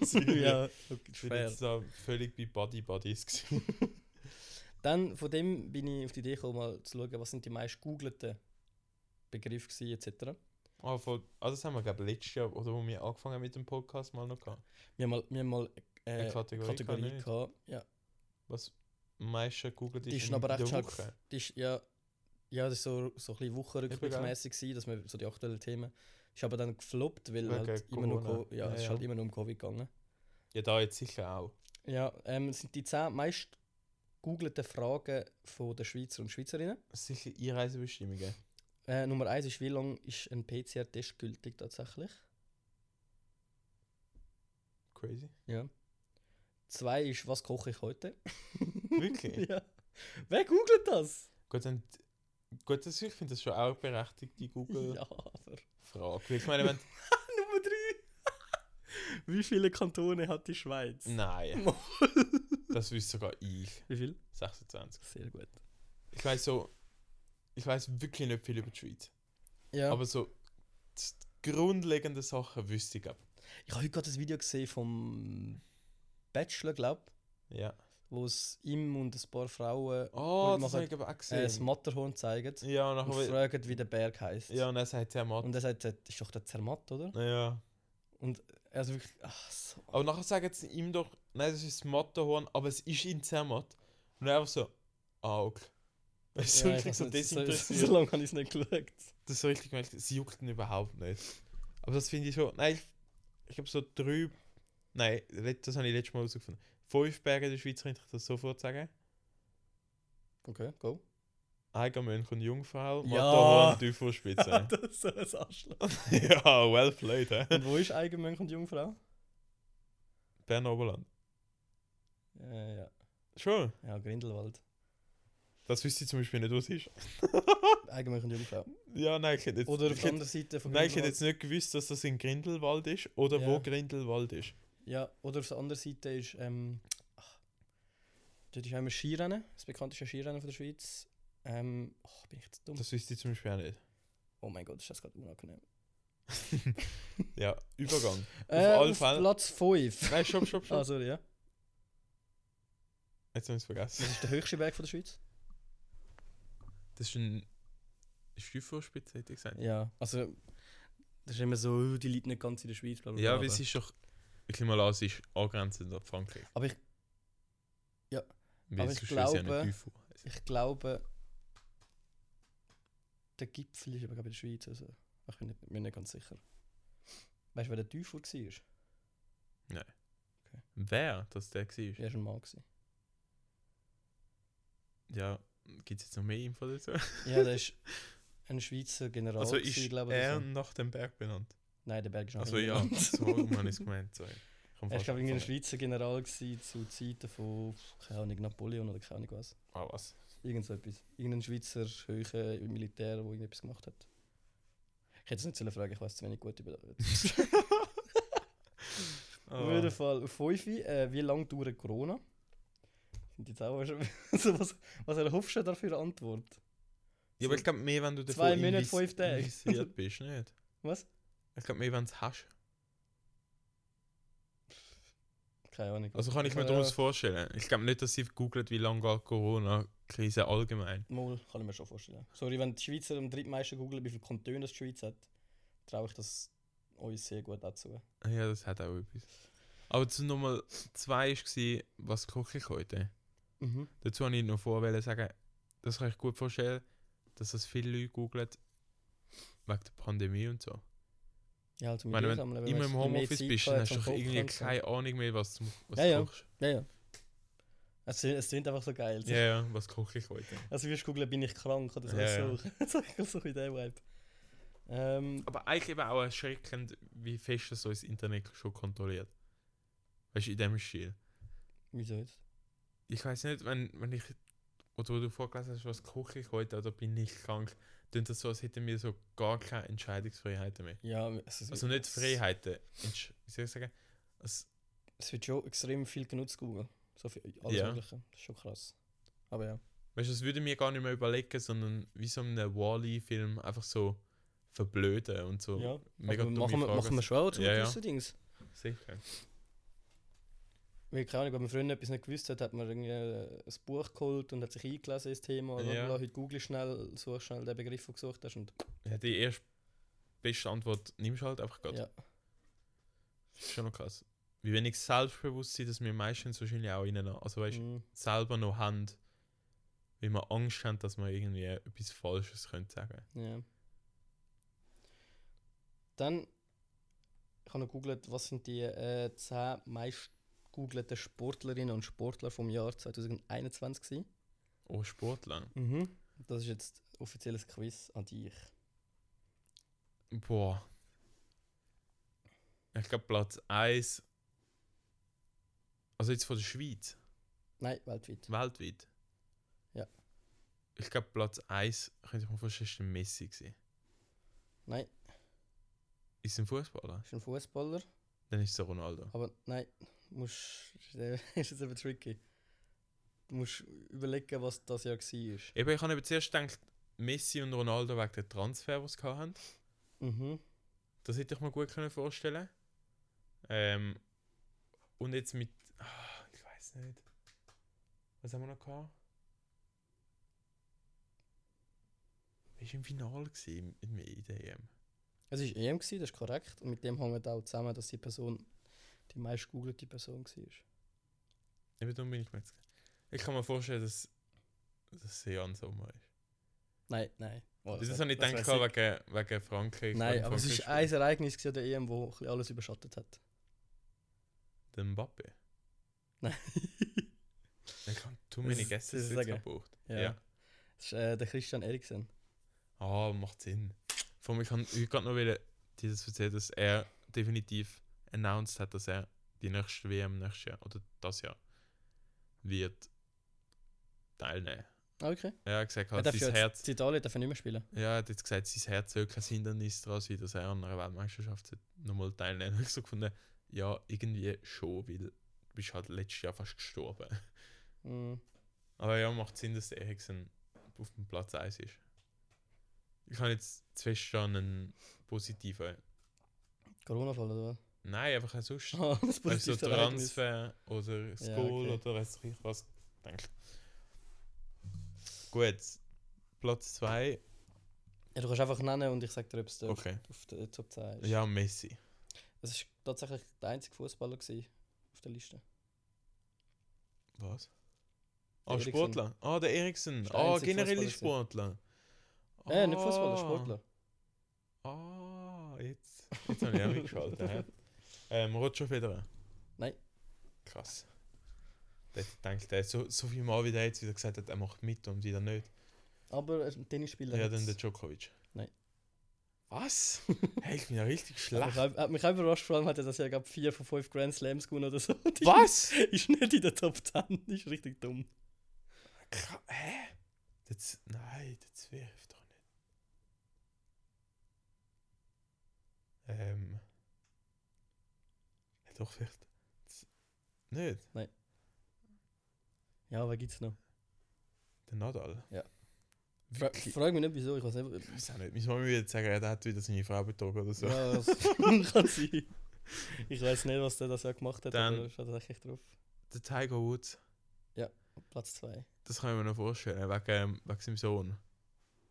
so. ja, okay, Ich bin fair. jetzt da völlig bei Buddy Buddies gewesen. [LAUGHS] Dann von dem bin ich auf die Idee gekommen, mal zu schauen, was sind die meist gegoogelten Begriffe gewesen, etc. Ah, voll- ah, das haben wir, glaube ich, letztes Jahr, oder wo wir angefangen haben mit dem Podcast, mal noch gehabt. Wir haben mal, wir haben mal äh, Eine eine Kategorie Kategorie, kann ich nicht. gehabt. Ja, Was am meisten gegoogelt die ist in aber der recht schnell. Woche. gef- Die ist, ja, ja, das ist so, so ein bisschen wochenrückblickmäßig, gewesen, dass wir so die aktuellen Themen. Ist aber dann gefloppt, weil Wegen halt immer nur, Corona. Co- ja, Ja, es ist ja. halt immer nur um Covid gegangen. Ja, da jetzt sicher auch. Ja, ähm, es sind die zehn meist gegoogelten Fragen von der Schweizer und Schweizerinnen. Sicher [LAUGHS] Einreisebestimmungen. Äh, Nummer eins ist, wie lange ist ein PCR-Test gültig tatsächlich? Crazy. Ja. Zwei ist, was koche ich heute? [LAUGHS] Wirklich? ja. Wer googelt das? gut, dann, gut, das, ich finde das schon auch berechtigt, die Ja, aber. [LAUGHS] Google-Frage. Weil Ich meine, wenn. Nummer drei. [LAUGHS] wie viele Kantone hat die Schweiz? Nein, das wüsste sogar ich. Wie viel? 26. Sehr gut. Ich weiß so. Ich weiß wirklich nicht viel über die Schweiz. Ja. Aber so. Die grundlegenden Sachen wüsste ich ab. ich habe heute gerade ein Video gesehen vom Bachelor, glaube ich, Ja. wo es ihm und ein paar Frauen Oh, Und das machen- habe ich aber auch äh, gesehen. das Matterhorn zeigen ja, und und nachher. fragen, wie der Berg heißt. Ja, und dann sagt er mal. Und er sagt, das ist doch der Zermatt, oder? Ja. Und er ist wirklich. Ach so. Aber nachher sagen sie ihm doch, nein, das ist das Matterhorn, aber es ist in Zermatt. Und er einfach so, ah, okay. [LAUGHS] Weißt du, Ja, ich richtig weiß so nicht, so, so desinteressiert. lange habe ich es nicht geschaut. Das ist so richtig gemerkt, es juckt ihn überhaupt nicht. Aber das finde ich schon, nein, ich, ich habe so drei, nein, let- das habe ich letztes Mal herausgefunden. fünf Berge in der Schweiz, könnte ich das sofort sagen. Okay, go. Eigermönch und Jungfrau, Ja. Matterhorn, [LAUGHS] Teufelspitze. [LAUGHS] das ist [LAUGHS] so ein Arschloch. ja, well played, hä? Und wo ist Eigenmönch und Jungfrau? Bern Oberland. Äh, ja. Schon, ja, Grindelwald. das wüsste ich zum Beispiel nicht, was ist. Eigenmönch und Jungfrau. Ja, nein, ich hätte jetzt, Oder auf ich der hätte, anderen Seite von nein, ich hätte Grindelwald. jetzt nicht gewusst, dass das in Grindelwald ist oder Ja. wo Grindelwald ist. Ja, oder auf der anderen Seite ist, ähm, ach, dort ist auch immer Skirennen, das bekannteste Skirennen von der Schweiz. Ähm, ach, bin ich jetzt dumm? Das wüsste ich zum Beispiel auch nicht. [LAUGHS] Oh mein Gott, ist das gerade unangenehm. Ja, Übergang. Äh, alle auf Fälle- Platz 5. Nein, stopp, stopp, stopp. Ah, sorry, ja. Jetzt haben wir es vergessen. Das ist der höchste Berg von der Schweiz. Das ist ein Stüffelspitze, hätte ich gesagt. Ja, also, das ist immer so, oh, die Leute nicht ganz in der Schweiz, bla bla Ja, bla. weil es ist doch, ich nehme mal an, es ist angrenzend an Frankreich. Aber ich- ja, Weil aber sonst ich würde es ja glaube- nicht Teufel heissen. Ich glaube, der Gipfel ist aber glaub, in der Schweiz. Also. Ich bin nicht, bin nicht ganz sicher. Weißt du, wer der Teufel war? Wer, dass der war? Er war ein Mann. gewesen. Ja, gibt es jetzt noch mehr Info dazu? Ja, der ist ein Schweizer General. also gewesen, ist glaub ich, er oder so. nach dem Berg benannt? Nein, der Berg ist noch Also in ja, [LAUGHS] England. so habe ich es gemeint, sorry. Ich hab Er war, fast glaube ich, ein angefangen. Schweizer General gewesen, zu Zeiten von, keine Ahnung, Napoleon oder keine Ahnung was. Ah, was? [LAUGHS] Irgend so etwas. Irgendein Schweizer Höhe im Militär, der irgendetwas gemacht hat. Ich hätte es nicht sollen fragen, ich weiß zu wenig gut über [LAUGHS] das. Ah. Auf jeden Fall, auf 5, äh, wie lange dauert Corona? Sind jetzt auch schon. [LAUGHS] Also was, was erhoffst du da für eine Antwort? Ja, aber ich glaube mehr, wenn du davon Zwei Monate, invis- fünf Tage. infiziert bist, nicht? Was? Ich glaube mehr, wenn du es hast. Keine Ahnung. Also kann ich mir Ja, das vorstellen. Ich glaube nicht, dass sie googelt, wie lange geht Corona-Krise allgemein. Mal, kann ich mir schon vorstellen. Sorry, wenn die Schweizer am drittmeisten googeln, wie viele Kantone das die Schweiz hat, traue ich das uns sehr gut dazu. Ah Ja, das hat auch etwas. Aber zu Nummer zwei war, was koche ich heute? Mhm. Dazu wollte ich noch vorwählen sagen, das kann ich gut vorstellen, dass das viele Leute googeln wegen der Pandemie und so. Ja, also mit Ich meine, wenn einsammeln, du weil immer weißt, im je mehr Homeoffice Zeit bist, du dann hast hast du am doch irgendwie Kochen und so. keine Ahnung mehr, was du, was Ja, du ja. kochst. Ja, ja. Es tönt- es klingt einfach so geil. Ja, ja, was koche ich heute? Also wirst du googeln, bin ich krank oder so. so. Ja, [LAUGHS] so, so in dem Vibe. Ähm, Aber eigentlich eben auch erschreckend, wie fest das so das Internet schon kontrolliert. Weißt du, in dem Stil. wieso jetzt? Ich weiß nicht, wenn, wenn ich, oder wo du vorgelesen hast, was koche ich heute oder bin ich krank, dann das so, als hätten wir so gar keine Entscheidungsfreiheiten mehr. Ja, es ist- Also nicht es- Freiheiten, Entsch wie soll ich sagen? Es, Es wird schon extrem viel genutzt, Google. So für alles Ja. Mögliche. Das ist schon krass. Aber ja. weißt du, das würde ich mir gar nicht mehr überlegen, sondern wie so einen Wall-E-Film einfach so verblöden und so. ja. mega Aber dumme machen, wir, Fragen. machen wir schon auch zu Ja, ja. gewissen Dings. Sicher. Weil, keine Ahnung, wenn man früher etwas nicht gewusst hat, hat man irgendwie äh, ein Buch geholt und hat sich eingelesen ins Thema. Oder ja. Ja. heute google ich schnell, such schnell den Begriff, den du gesucht hast. Und Ja, die erste beste Antwort nimmst du halt einfach gerade. Ja. Ist Schon noch krass. Wie wenig Selbstbewusstsein, dass wir meistens wahrscheinlich auch innen, also weißt, mm, selber noch haben, wie wir Angst haben, dass wir irgendwie etwas Falsches können sagen. ja. Dann, ich habe noch gegoogelt, was sind die äh, 10 meist gegoogelten Sportlerinnen und Sportler vom Jahr 2021 gewesen. Oh, Sportler. Mhm. Das ist jetzt offizielles Quiz an dich. Boah. Ich glaube Platz 1. Also jetzt von der Schweiz, Nein, weltweit. weltweit. Ja. Ich glaube Platz 1, könnte ich mir vorstellen, ist der Messi gewesen. Nein, Ist ein Fußballer? ist ein Fußballer, Dann ist es der Ronaldo. aber nein, musst. [LAUGHS] ist jetzt eben tricky. Du musst überlegen, was das Jahr war. Eben, ich habe eben zuerst gedacht, Messi und Ronaldo wegen der Transfer, die sie hatten. Mhm. Das hätte ich mir gut können vorstellen ähm, Und jetzt mit. Ah, ich weiß nicht. Was haben wir noch gehabt? Wer war im Finale gewesen E in, in der EM? Es war EM, gewesen, das ist korrekt. Und mit dem hängt auch zusammen, dass die Person die meist gegoogelte Person war. Eben darum bin ich mir jetzt. Ich kann mir vorstellen, dass das Jan Sommer ist. Nein, nein. Oh, das wär- habe ich gedacht wär sick. gehabt wegen, wegen Frankreich. Nein, wegen aber es war Frankreich-Spiel. ein Ereignis gewesen an der EM, das alles überschattet hat. Der Mbappe. nein. Ich habe zu Das- many das Guesses ist jetzt okay. gebraucht. Ja. [LAUGHS] Ja. Das ist äh, der Christian Eriksen. Ah, macht Sinn. Vor allem, ich kann ich gerade noch wieder dieses erzählen, dass er definitiv announced hat, dass er die nächste WM nächstes Jahr oder das Jahr wird teilnehmen. Ah, okay. Er hat gesagt, Er hat darf sein ja Herz. jetzt in Italien darf er nicht mehr spielen. Ja, er hat jetzt gesagt, sein Herz soll kein Hindernis daran sein, dass er an einer Weltmeisterschaft nochmal teilnehmen Ich habe so gefunden, ja, irgendwie schon, weil du bist halt letztes Jahr fast gestorben. Mhm. Aber ja, macht Sinn, dass der Eriksen auf dem Platz 1 ist. Ich habe jetzt zwischen einen positiven. Corona-Fall oder was? [LAUGHS] Nein, einfach ein sonst. Ah, das Also positivste Ereignis. Transfer oder das Ja, Goal okay. oder weiß ich was. Danke. Gut. Platz 2. Ja, du kannst einfach nennen und ich sage dir, ob es der- Okay. auf der Top 10 ist. Ja, Messi. Das war tatsächlich der einzige Fußballer gewesen auf der Liste. Was? Der Ah, Eriksen. Sportler. Ah, der Eriksen. Ist der Ah, einzige generell Fußballer Sportler. Äh, nicht Fußballer, Ah. Sportler. Ah, jetzt. Jetzt habe ich auch mitgeschaltet. hä? ähm, Roger Federer. Nein. Krass. Der hat gedacht, der hat so, so viel Mal, wie der jetzt wieder gesagt hat, er macht mit und wieder nicht. Aber er ist ein Tennisspieler. Ja, hat's- [LAUGHS] dann der Djokovic. Nein. Was? hey, ich bin ja richtig Aber ich schlecht. hab- hat mich auch überrascht, vor allem hat er das ja gab vier von fünf Grand Slams gewonnen oder so. [LAUGHS] Und ist- Was? Ist nicht in der Top 10, ist richtig dumm. Kra- Hä? Das, nein, das wirft doch nicht. Ähm. Ja, doch, vielleicht. Das, nicht? Ja, wer gibt's noch? Der Nadal. Ja. Fra Wirklich? frag mich nicht wieso, ich weiß nicht. Ich weiß auch nicht. Müssen wir mal wieder sagen, ja, der hat wieder seine Frau betrogen oder so. Ja, das [LAUGHS] kann sein. Ich weiß nicht, was der das ja gemacht hat, Dann- aber er ist tatsächlich drauf. Der Tiger Woods, Platz 2. das kann ich mir noch vorstellen, wegen, ähm, wegen seinem Sohn.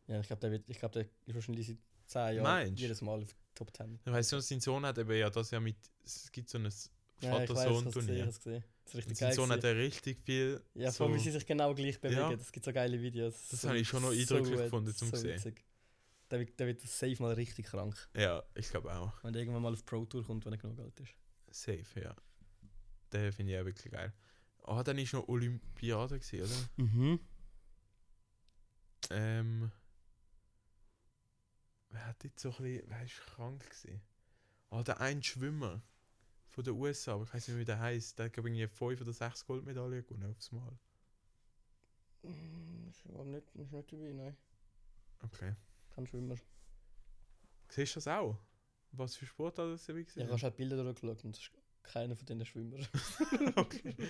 Ja, ich glaube, der, wird- ich glaub, der ist wahrscheinlich seit 10 Jahren Meinst du? jedes Mal auf Top 10. Ich weiss, nicht, sein Sohn hat eben ja das ja mit. Es gibt so ein Ja, ich weiß, ich habe gesehen, ich Vater-Sohn-Turnier. hab's gesehen. Das ist Und richtig sein geil. Sohn hat gewesen. ja richtig viel. Ja, vor so, allem, wie sie sich genau gleich bewegen. Ja. Es gibt so geile Videos. Das So- habe ich schon noch eindrücklich gefunden, zum so sehen. witzig. Der wird, der wird safe mal richtig krank, ja, ich glaube auch. wenn der irgendwann mal auf Pro Tour kommt, wenn er genug alt ist. Safe, ja. Den finde ich auch wirklich geil. Ah, dann war noch Olympiade, gewesen, oder? Mhm. Ähm. Wer hat jetzt so ein bisschen. Wer ist krank gewesen? Ah, der ein Schwimmer von den USA, aber ich weiß nicht, wie der heißt. Der hat, glaube ich, irgendwie fünf oder sechs Goldmedaillen gewonnen aufs Mal. Hm, Ist aber nicht, ist nicht dabei, nein. Okay. Kein Schwimmer. Siehst du das auch? Was für Sport hat das dabei Ja, gesehen? ich habe halt Bilder durchgeschaut und es ist keiner von denen Schwimmer. [LAUGHS] okay. [LAUGHS]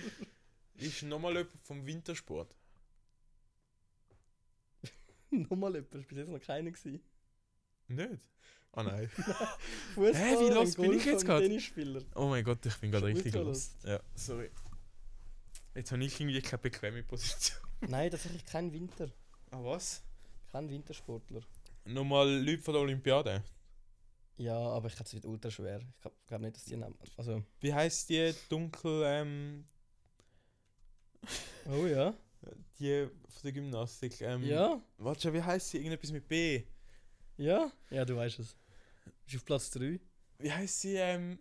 Ist nochmal jemand vom Wintersport? Nochmal jemand, ist bis jetzt noch keiner gewesen. Nicht? Ah nein. Fußball, wie los bin ich jetzt gerade? Tennisspieler. Oh mein Gott, ich bin gerade Schon richtig ultra los. Ja, sorry. Jetzt habe ich irgendwie keine bequeme Position. Nein, tatsächlich kein Winter. Ah was? Kein Wintersportler. Nochmal Leute von der Olympiade. Ja, aber ich glaube, es wird ultra schwer. Ich glaube glaub nicht, dass die nehmen. Also. Wie heißt die dunkel, ähm, Oh ja? die von der Gymnastik? Ähm, Ja? Warte schon, wie heißt sie? Irgendetwas mit B. Ja? Ja, du weißt es. Bist auf Platz 3? Wie heißt sie, ähm,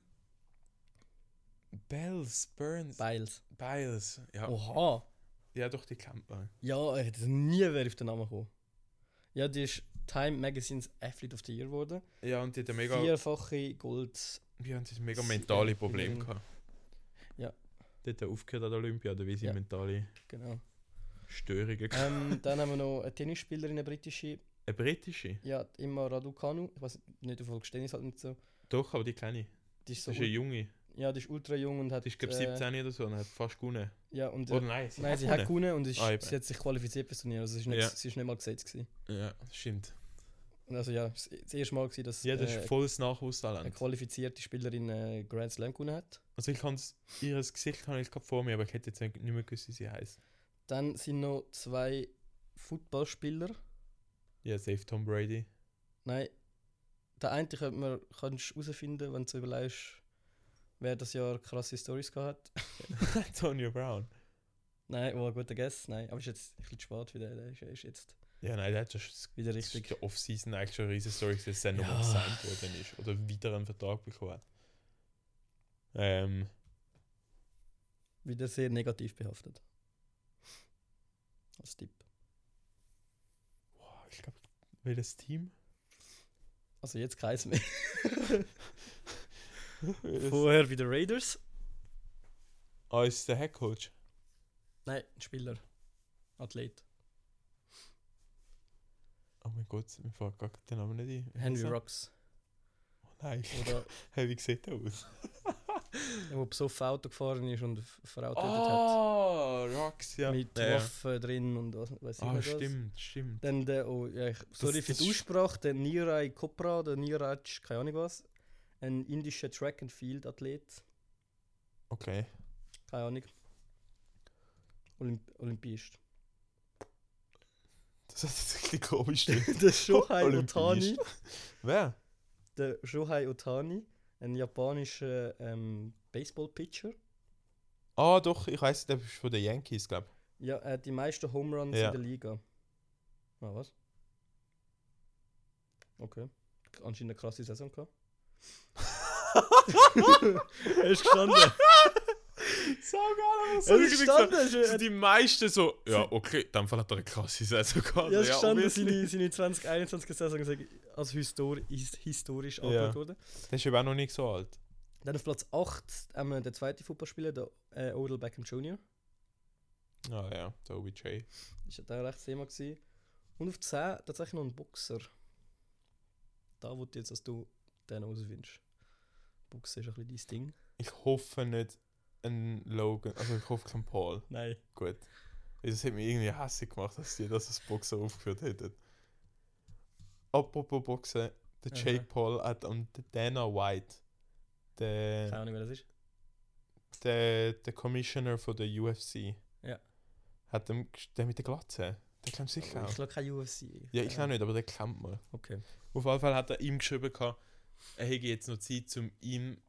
Bells, Burns, Biles. Biles. Ja, Oh. Oha! ja doch, die kennt man. Ja, ich hätte nie wer auf den Namen gekommen. Ja, die ist Time Magazines Athlete of the Year geworden. Ja, und die hat ja mega, Vierfache Gold. ja, und die hat mega Sie- mentale äh, Probleme Spielerin. gehabt. Ja. Die hat ja aufgehört an der Olympiade, weil sie Ja. mentale Genau. Störungen gehabt [LAUGHS] ähm, dann haben wir noch eine Tennisspielerin, eine britische. Eine britische? Ja, immer Raducanu. Ich weiß nicht, du folgst Tennis halt nicht so. Doch, aber die kenne ich. Die ist so. Das ist eine ul- junge. Ja, die ist ultra jung und hat. Die ist, glaube ich, äh, 17 oder so und hat fast gewonnen. Ja, und. Oder Äh, nein, sie nein, sie hat gewonnen und ist, Ah, eben. sie hat sich qualifiziert fürs Turnier. Also, sie ist nicht, Ja. sie ist nicht mal gesetzt. Gewesen. Ja, stimmt. Also, ja, es war das erste Mal, gewesen, dass Ja, das äh, ist volles eine Nachwuchstalent. qualifizierte Spielerin äh, Grand Slam gewonnen hat. Also ich kann ihr Gesicht habe ich gerade vor mir, aber ich hätte jetzt nicht mehr gewusst, wie sie heißt. Dann sind noch zwei Footballspieler. Ja, safe Tom Brady. [LAUGHS] Nein, der eine könnte man kannst du herausfinden, wenn du überlegst, wer das Jahr krasse Stories gehabt hat. [LAUGHS] Antonio Brown. Nein, oh, guter Guess, nein. Aber ist jetzt ein bisschen zu spät wieder. Der ist, ist jetzt Ja, nein, der hat schon wieder richtig richtig. der Off-Season eigentlich schon eine riesen Story, dass er nochmal Ja. gesigned worden ist oder wieder einen Vertrag bekommen hat. Ähm, wieder sehr negativ behaftet. Als Tipp. Boah, ich glaube, welches Team? Also jetzt keins [LAUGHS] mehr. [LAUGHS] Welches- Vorher bei den Raiders. Ah, ist der Headcoach. Nein, ein Spieler. Athlet. Oh mein Gott, mir fällt gar der Name nicht ein. Wie Henry heißt er? Rocks. Oh nein, [LAUGHS] Oder hey, wie sieht [LAUGHS] der aus? der, der besoffen Auto gefahren ist und f- verautet hat. Oh, Rocks, ja. Mit ja, ja. Waffen drin und was weiß ich Ah, nicht was. stimmt, stimmt. Dann der, oh, ja, ich, sorry für das die ist- Aussprache, der Nirai Kopra, der Niraj, keine Ahnung was. Ein indischer Track and Field Athlet, Okay. keine Ahnung. Olymp Olympiist. Das hat jetzt ein bisschen komisch gestimmt. der Shohei Olympiist. Otani, Wer? der Shohei Otani, ein japanischer ähm, Baseball Pitcher. Ah, doch, ich weiß, der ist von den Yankees, glaube ich. Ja, er hat die meisten Home Runs Ja. in der Liga. Ah, was? Okay. Anscheinend eine krasse Saison gehabt. er [LAUGHS] ist [LAUGHS] gestanden. So geil, aber Er ist gestanden. er ist- So die meisten so, ja, okay, in dem Fall hat er eine krasse Saison gehabt. Ja, es ist gestanden, obviously. seine, seine 2021 Saison gesagt, als histori his- historisch angeschaut wurde. Der ist eben auch noch nicht so alt. Dann auf Platz 8 haben wir den zweiten Fußballspieler, der äh, Odell Beckham Jr. Ah ja, der OBJ. Ist ja da recht Thema gewesen. Und auf 10 tatsächlich noch ein Boxer. Da wollte ich jetzt, dass du den rausfindest. Boxen ist ein bisschen dein Ding. Ich hoffe nicht ein Logan, also ich hoffe kein Paul. Nein. Gut. Das hat mich irgendwie hässlich gemacht, dass die das als Boxer aufgeführt hätten. Apropos Boxen, der Aha. Jake Paul hat an den Dana White, Keine der, Ahnung, wer das ist. der, der Commissioner von der UFC, Ja. hat dem, gesch- der mit der Glatze, der klemmt sicher Ich auch. schaue kein UFC. Ja, ich Keine [LAUGHS] auch nicht, aber der klemmt mal. Ahnung. Okay. Auf jeden Fall hat er ihm geschrieben, gehabt, er hätte jetzt noch Zeit, um ihm.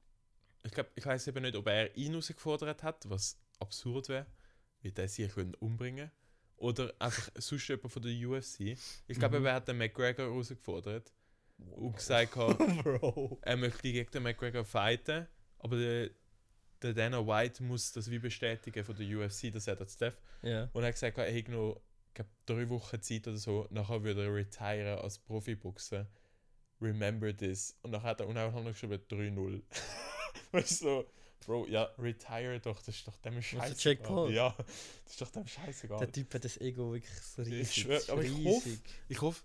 Ich glaube, ich weiß eben nicht, ob er ihn herausgefordert hat, was absurd wäre, wie der sie können umbringen Oder einfach sonst jemand von der UFC. Ich glaube, Mhm. er hat den McGregor herausgefordert und [LAUGHS] gesagt, gehabt, Bro. er möchte gegen den McGregor fighten, aber der, der Dana White muss das wie bestätigen von der UFC, dass er das darf. Ja. Und er hat gesagt, er hätte noch glaub, drei Wochen Zeit oder so. Nachher würde er retiren als Profiboxer. Remember this. Und nachher hat er unheimlich noch geschrieben [LAUGHS] 3-0. weißt du, so, Bro, ja, retire doch, das ist doch dem der Scheiße. Jake Paul? Ja, das ist doch dem Scheißegal. Der Typ hat das Ego wirklich so riesig. schwör, aber ich hoffe- riesig. Ich hoffe,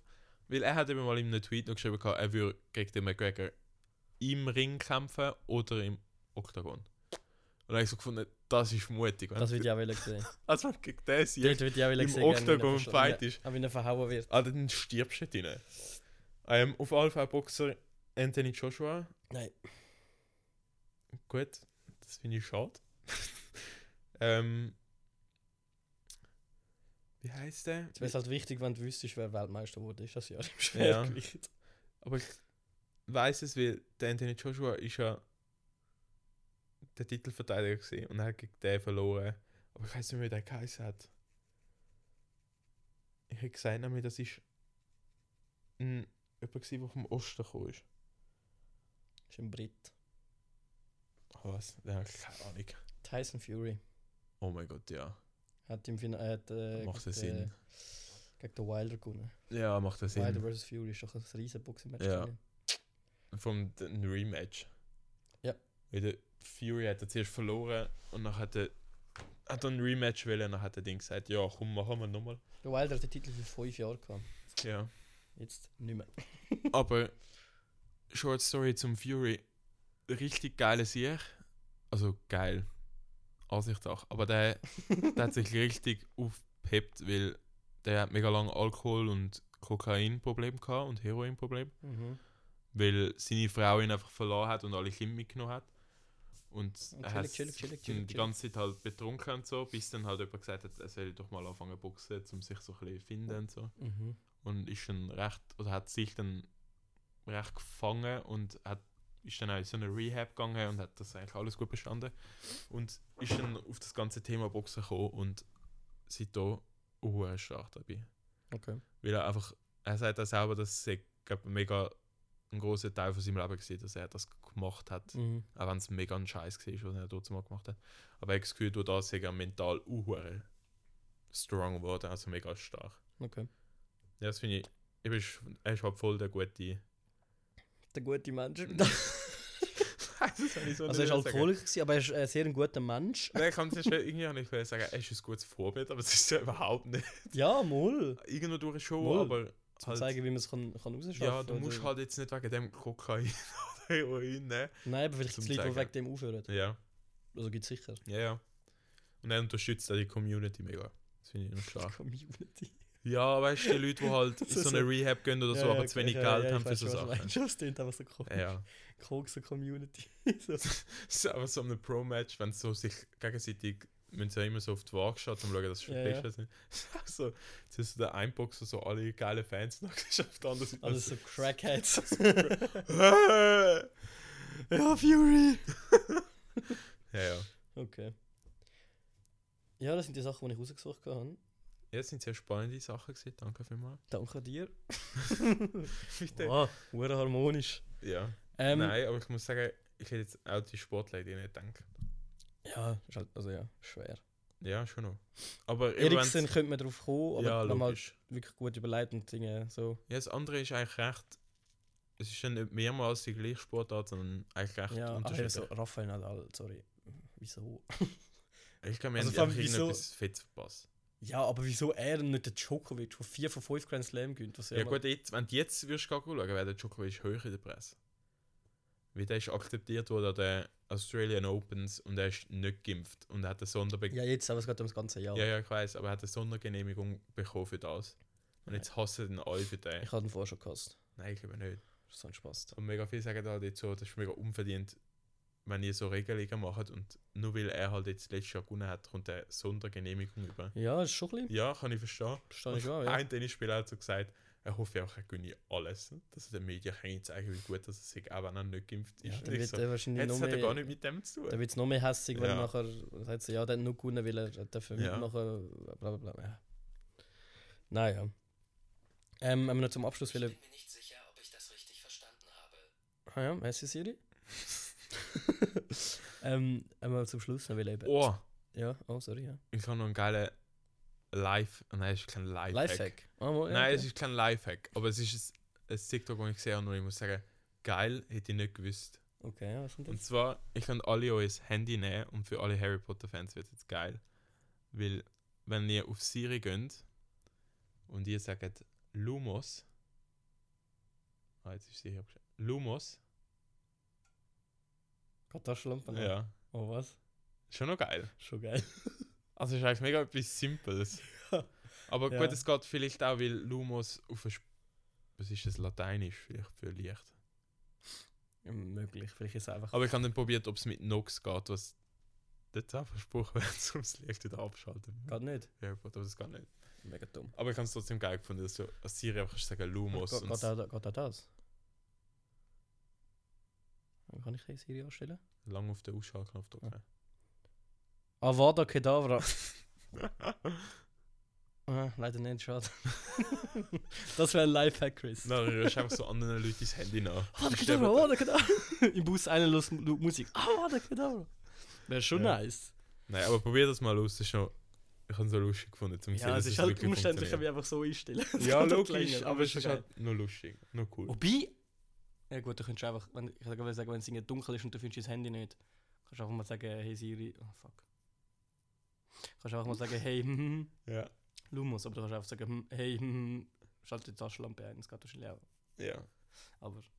weil er hat eben mal in einem Tweet noch geschrieben, gehabt, er würde gegen den McGregor im Ring kämpfen oder im Oktagon. Und dann habe ich so gefunden, das ist mutig. Wenn Das würde ich auch wollen [LAUGHS] sehen. also wenn du gegen den Dort siehst, würde ich auch Im wollen sehen. gerne, wie er Octagon versch- Fight wie er- ist. ah, Wie er verhauen wird. Ah, dann stirbst du drin. Ähm, auf jeden Fall Boxer Anthony Joshua. Nein. Gut, das finde ich schade. [LAUGHS] ähm, wie heißt der? Es wäre halt wichtig, wenn du wüsstest, wer Weltmeister wurde. Ist das Jahr im Ja. Schwergewicht. Aber ich weiß es, weil der Anthony Joshua ist ja der Titelverteidiger gewesen und er hat gegen den verloren. Aber ich weiß nicht mehr, wie der geheißen hat. Ich hätte gesagt, nämlich, das ist ein, jemand, gewesen, der vom Osten gekommen ist. Ist ein Brit. Oh, was? Ja, keine Ahnung. Tyson Fury Oh mein Gott, ja. hat im Finale. Äh, hat, äh, Macht gegen ja Sinn. den- Gegen den Wilder gewonnen. Ja, macht das Wilder Sinn. vs. Fury ist doch ein riesen Boxing-Match. Ja. gewesen. Vom d- ein Rematch. Ja. Weil der Fury hat er zuerst verloren und dann hat er hat er ein Rematch wollen und dann hat er Ding gesagt, ja komm, machen wir nochmal. Der Wilder hat den Titel für fünf Jahre gehabt. Ja. Jetzt nicht [LAUGHS] mehr. Aber Short Story zum Fury. Richtig geiler Sieg. Also geil. Ansicht auch. Aber der, der [LAUGHS] hat sich richtig aufgepeppt, weil der hat mega lange Alkohol- und Kokainproblem gehabt und Heroinproblem. Mhm. weil seine Frau ihn einfach verloren hat und alle Kinder mitgenommen hat. Und Und er chillig, chillig, chillig, hat dann chillig, die chillig. ganze Zeit halt betrunken und so, bis dann halt jemand gesagt hat, er soll doch mal anfangen zu boxen, um sich so ein bisschen zu finden und so. Mhm. Und ist dann recht, oder hat sich dann recht gefangen und hat, ist dann auch in so eine Rehab gegangen und hat das eigentlich alles gut bestanden. Und ist dann auf das ganze Thema Boxen gekommen und seitdem uh, stark dabei. Okay. Weil er einfach, er sagt auch selber, dass es sei, glaub, mega einen großen Teil von seinem Leben gesehen, dass er das gemacht hat. Mhm. Auch wenn es mega ein Scheiß war, was er dort mal gemacht hat. Aber ich habe das Gefühl, durch das ist er mental uhuere strong geworden, also mega stark. Okay. Ja, das finde ich, ich bist, er ist halt voll der gute. Der gute Mensch. [LAUGHS] das habe ich so also er war nicht sagen. Alkoholiker, gewesen, aber er ist ein sehr ein guter [LAUGHS] Mensch. Nein, ich kann es nicht schnell- irgendwie auch nicht will sagen, er ist ein gutes Vorbild, aber es ist ja überhaupt nicht. Ja, mal. Irgendwo durch schon, Null. aber Zum also- halt, zeigen, wie man es kann, kann rausschaffen ja, du musst oder- halt jetzt nicht wegen dem Kokain [LAUGHS] oder ne? Heroin nehmen. Nein, aber vielleicht zum gibt es Leute, die zeigen. wegen dem aufhören. Ja, Also gibt es sicher. ja, ja. Und er unterstützt auch die Community mega. Das finde ich noch stark. [LAUGHS] Community. Ja, weißt du, die Leute, die halt in [LAUGHS] Das ist so eine so- Rehab gehen oder so, aber zu wenig Geld haben für so Sachen. Ich weiß schon, was du meinst. [LAUGHS] Ja, ja. Kokser Community. [LAUGHS] so. Das ist aber so einem Pro-Match, wenn so sich gegenseitig müssen sie ja immer so auf die Waage schaut, um zu schauen, dass sie schon Ja, ja. ja, [LAUGHS] sind. Also, jetzt ist so der Einboxer so alle geile Fans noch geschafft, anders sieht man Alles Also so Crackheads. so- [LAUGHS] ja, Fury! Ja, ja. Okay. [LAUGHS] Ja, das sind die Sachen, die ich rausgesucht habe. Ja, das sind sehr spannende Sachen gewesen. Danke vielmals. Danke [LAUGHS] dir. Bitte. Wow, hure harmonisch. Ja. Ähm, Nein, aber ich muss sagen, ich hätte jetzt auch die Sportleute eh nicht gedacht. Ja, ist halt, also ja, schwer. Ja, schon noch. Aber eben, wenn's- Eriksen könnte man drauf kommen, aber ja, wenn man logisch. halt wirklich gut überlegt und Dinge so. Ja, das andere ist eigentlich recht. Es ist dann nicht mehrmals die gleiche Sportart, sondern eigentlich recht Ja, aber eben unterschiedlich. so Rafael Nadal, sorry. Wieso? Ich glaube, wir Also also vor haben allem, einfach wieso- irgendetwas Fett verpasst. Ja, aber wieso er und nicht der Djokovic, der 4 von 5 Grand Slam gewinnt? Was Ja, gut, jetzt, wenn du jetzt würdest gehen schauen, wäre der Djokovic höher in der Presse. Weil der ist akzeptiert worden an den Australian Opens und er ist nicht geimpft und er hat eine Sonderbe ja, jetzt, aber es geht ums ganze Jahr. Ja, ja, ich weiß, aber er hat eine Sondergenehmigung bekommen für das. Und jetzt hassen ihn alle für den. Ich hatte ihn vorher schon gehasst. Nein, ich glaube nicht. So ein Spaß. Und mega viele sagen halt jetzt so, das ist mega unverdient, wenn ihr so Regelungen macht und nur weil er halt jetzt letztes Jahr gewonnen hat, kommt er Sondergenehmigung über. Ja, ist schon ein bisschen. Ja, kann ich verstehen. Verstehe ich auch, ja. Ein Tennisspieler hat so gesagt, er hoffe auch, er gönne alles. Dass er den Medien kann zeigen, wie gut das ist, auch wenn er nicht geimpft ja ist. dann Und ich wird so, er wahrscheinlich jetzt noch hat er mehr, gar nicht mit dem zu dann tun. wird's noch mehr hässig, weil Ja. nachher sagt sie, ja, der hat nur gewonnen, weil er dafür Ja. mitmachen bla bla bla. Ja. Naja. Ähm, haben wir noch zum Abschluss Ich bin will. mir nicht sicher, ob ich das richtig verstanden habe. Ah ja, weißt du [LAUGHS] Siri? ähm, haben wir zum Schluss noch will eben. Oh, Ja, oh, sorry, ja. ich habe noch einen geilen Live... Nein, es ist kein Live-Hack. Lifehack. Ah, mo- ja, Nein, okay. es ist kein Lifehack, aber es ist ein, ein TikTok, das ich gesehen habe und ich muss sagen, geil, hätte ich nicht gewusst. Okay, ja, was sind das? Und zwar, ich kann alle euer Handy nehmen und für alle Harry Potter Fans wird es jetzt geil. Weil, wenn ihr auf Siri geht und ihr sagt Lumos, ah, jetzt ist Siri abgeschrieben, Lumos, Gott, Taschenlampen. an. ja, Oh, was? schon noch geil. Schon geil. [LAUGHS] Also ist eigentlich mega etwas Simples. Ja. Aber Ja. gut, es geht vielleicht auch, weil Lumos auf ein, Sp- was ist das, Lateinisch vielleicht für Licht. Ja, möglich, vielleicht ist es einfach. Aber ich habe dann probiert, ob es mit Nox geht, was dort auch versprochen wird, [LAUGHS] um das Licht wieder abschalten. Geht nicht. Ja, gut, aber das geht nicht. Mega dumm. Aber ich habe es trotzdem geil gefunden, dass du als Siri einfach kannst sagen Lumos Geht, und geht, auch, geht auch das? Dann Kann ich die Serie anstellen? lang auf den Ausschaltknopf drücken. Avada Kedavra. [LAUGHS] Ah, leider nicht, schade. [LAUGHS] das wäre ein Lifehack, Chris. Dann rührst du einfach so anderen Leuten das Handy [LAUGHS] nach. Avada Kedavra, Avada Kedavra. [LAUGHS] Im Bus einer los Lu- Musik. Avada Kedavra. Wäre schon Ja. nice. Nein, aber probier das mal aus. Das ist noch, ich habe es so lustig gefunden, zum Ja, es ist halt umständlich, wenn Ja, wir einfach so einstellen. Das [LAUGHS] ja geht halt Oh. logisch, länger, aber es ist schon geil. halt nur lustig, nur cool. Wobei. Ja gut, du könntest einfach, wenn, ich würde sagen, wenn es irgendwie dunkel ist und du findest dein Handy nicht, kannst du einfach mal sagen, hey Siri, oh fuck. Kannst einfach mal sagen, hey, hm, hm, Ja. Lumos, aber du kannst einfach sagen, hm, hey, hm, hm, schalte die Taschenlampe ein, es geht wahrscheinlich auch. [LAUGHS] Ja. Aber ist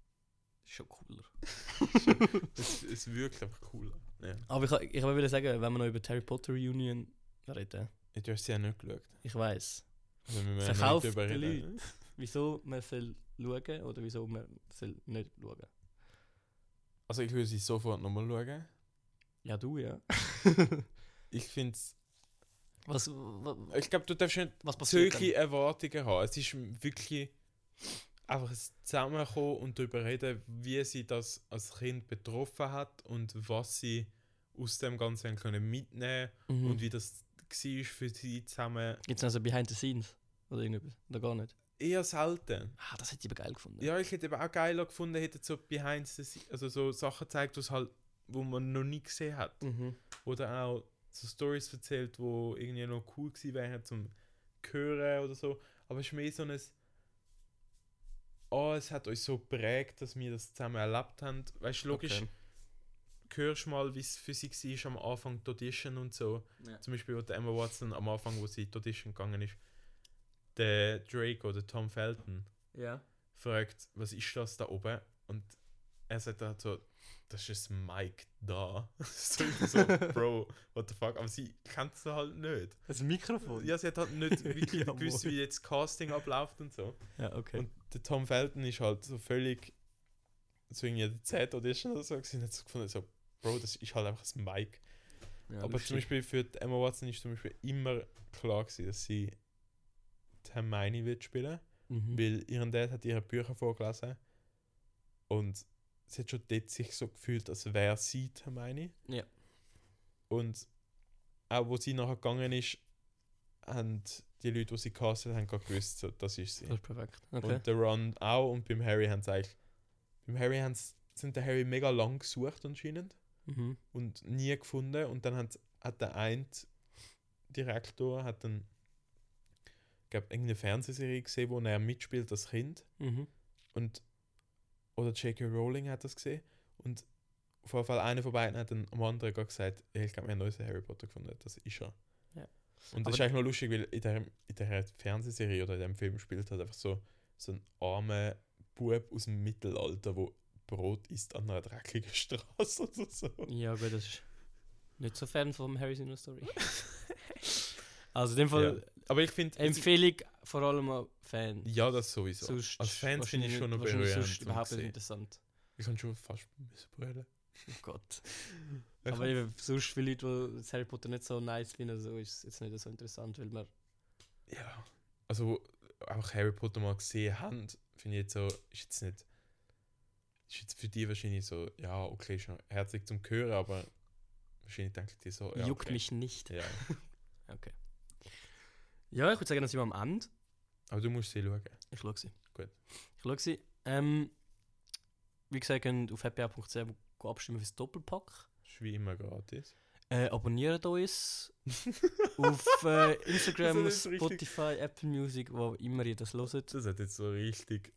schon cooler. Es, es wirkt einfach cooler. Ja. Aber ich, ich würde sagen, wenn wir noch über die Harry Potter Reunion reden, Du hast sie ja nicht geschaut. ich weiß Also, wir müssen ja nicht Verkauft drüber den reden. Leuten, wieso man soll schauen oder wieso man soll nicht schauen. Also ich würde sie sofort nochmal schauen. Ja, du, [LAUGHS] ja. Ich finde es. Was, was, Ich glaube, du darfst nicht was passiert solche Erwartungen haben. Es ist wirklich einfach ein Zusammenkommen und darüber reden, wie sie das als Kind betroffen hat und was sie aus dem Ganzen haben können mitnehmen dann? Mhm. und wie das war für sie zusammen. Gibt es also Behind the Scenes oder irgendetwas? Oder gar nicht? eher selten. Ah, das hätte ich aber geil gefunden. Ja, ich hätte eben auch geiler gefunden, hätte so behind the sce- also so Sachen gezeigt, was halt, wo man noch nie gesehen hat. Mhm. Oder auch so Stories erzählt, wo irgendwie noch cool gewesen wären zum Hören oder so. Aber es ist mehr so ein Oh, es hat euch so geprägt, dass wir das zusammen erlebt haben. Weißt du, logisch, Okay. hörst mal, wie es für sie war am Anfang, die Audition und so. Ja. Zum Beispiel wo die Emma Watson am Anfang, wo sie in die Audition gegangen ist. Der Drake oder Tom Felton Ja. fragt, was ist das da oben? Und er sagt dann halt so, das ist ein Mic da. [LAUGHS] so, ich so, Bro, what the fuck? Aber sie kennt es halt nicht. Ein Mikrofon? Ja, sie hat halt nicht wirklich Jawohl. gewusst, wie jetzt Casting abläuft und so. Ja, okay. Und der Tom Felton ist halt so völlig so irgendwie die Z Audition oder so gewesen, hat so gefunden, so, Bro, das ist halt einfach ein Mic. ja, Aber lustig. zum Beispiel für die Emma Watson ist zum Beispiel immer klar gewesen, dass sie die Hermione wird spielen, Mhm. weil ihren Dad hat ihre Bücher vorgelesen und sie hat schon dort sich so gefühlt, als wäre sie die Hermione. Ja. Und auch wo sie nachher gegangen ist, haben die Leute, die sie castet haben, gerade gewusst, so, das ist sie. Das ist perfekt. Okay. Und der Ron auch und beim Harry haben sie eigentlich. Beim Harry haben sie, sind der Harry mega lang gesucht anscheinend Mhm. und nie gefunden. Und dann hat, hat der eine Direktor hat dann, glaube irgendeine Fernsehserie gesehen, wo er mitspielt, das Kind. Mhm. Und oder J.K. Rowling hat das gesehen. Und auf jeden Fall einer von beiden hat dann am anderen gerade gesagt, "Ey, ich glaube, wir haben einen neuen Harry Potter gefunden. Das ist er. Ja. Und das Aber- ist eigentlich noch lustig, weil in der, in der Fernsehserie oder in dem Film spielt halt einfach so, so ein armer Bub aus dem Mittelalter, wo Brot isst an einer dreckigen [LAUGHS] Straße oder so. Ja, gut, das ist nicht so fern vom Harrison Sinus [LAUGHS] Story. also in dem Fall Aber ich finde, Empfehlung vor allem an Fans. ja, das sowieso. Sonst Als Fans finde ich wahrscheinlich schon noch nicht- wahrscheinlich berührend. sonst zum überhaupt nicht sehen. interessant. Ich kann schon fast müssen brüllen. Oh Gott. Ich Aber eben, sonst viele Leute, die das Harry Potter nicht so nice finden, so ist es jetzt nicht so interessant, weil man. ja, also einfach Harry Potter mal gesehen haben, finde ich jetzt so, ist jetzt nicht, ist jetzt für die wahrscheinlich so, ja, okay, schon herzlich zum Hören, aber wahrscheinlich denken die so, ja, juckt okay. mich nicht. Ja, Ja, ich würde sagen, dann sind wir am Ende. aber du musst sie schauen. Ich schaue sie. Gut. Ich schaue sie. Ähm, wie gesagt, könnt ihr auf happyhour.ch abstimmen für das Doppelpack. Ist wie immer gratis. Äh, abonniert [LAUGHS] uns auf äh, Instagram, Das ist richtig. Spotify, Apple Music, wo immer ihr das hört. Das hat jetzt so richtig,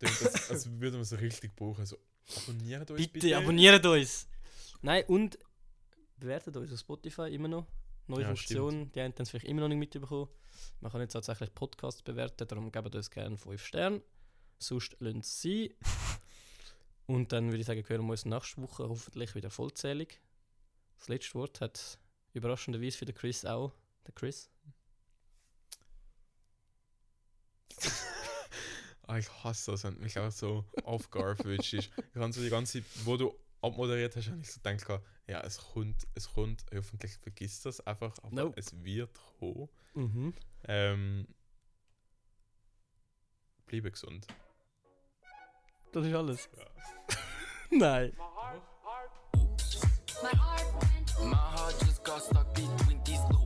klingt [LAUGHS] das, als würde man es richtig brauchen. So, abonniert uns Bitte, bitte. abonniert uns! Nein, und bewertet uns auf Spotify immer noch. Neue Ja, Funktionen, die haben dann vielleicht immer noch nicht mitbekommen. Man kann jetzt tatsächlich Podcasts bewerten, darum gebt uns gerne 5 Sterne. Sonst lasst es [LAUGHS] sein. und dann würde ich sagen, hören wir uns nächste Woche hoffentlich wieder vollzählig. Das letzte Wort hat überraschenderweise für den Chris auch. Der Chris. Ah, ich hasse das, wenn du mich auch so aufgearft ist. Ich habe so die ganze Zeit, wo du abmoderiert hast, habe ich so gedacht, ja, es kommt, es kommt, hoffentlich vergisst das einfach, aber Nope. es wird kommen. Mhm. Ähm, bleibe gesund. Das ist alles. [LAUGHS] Nein. My heart went My heart just got stuck between these two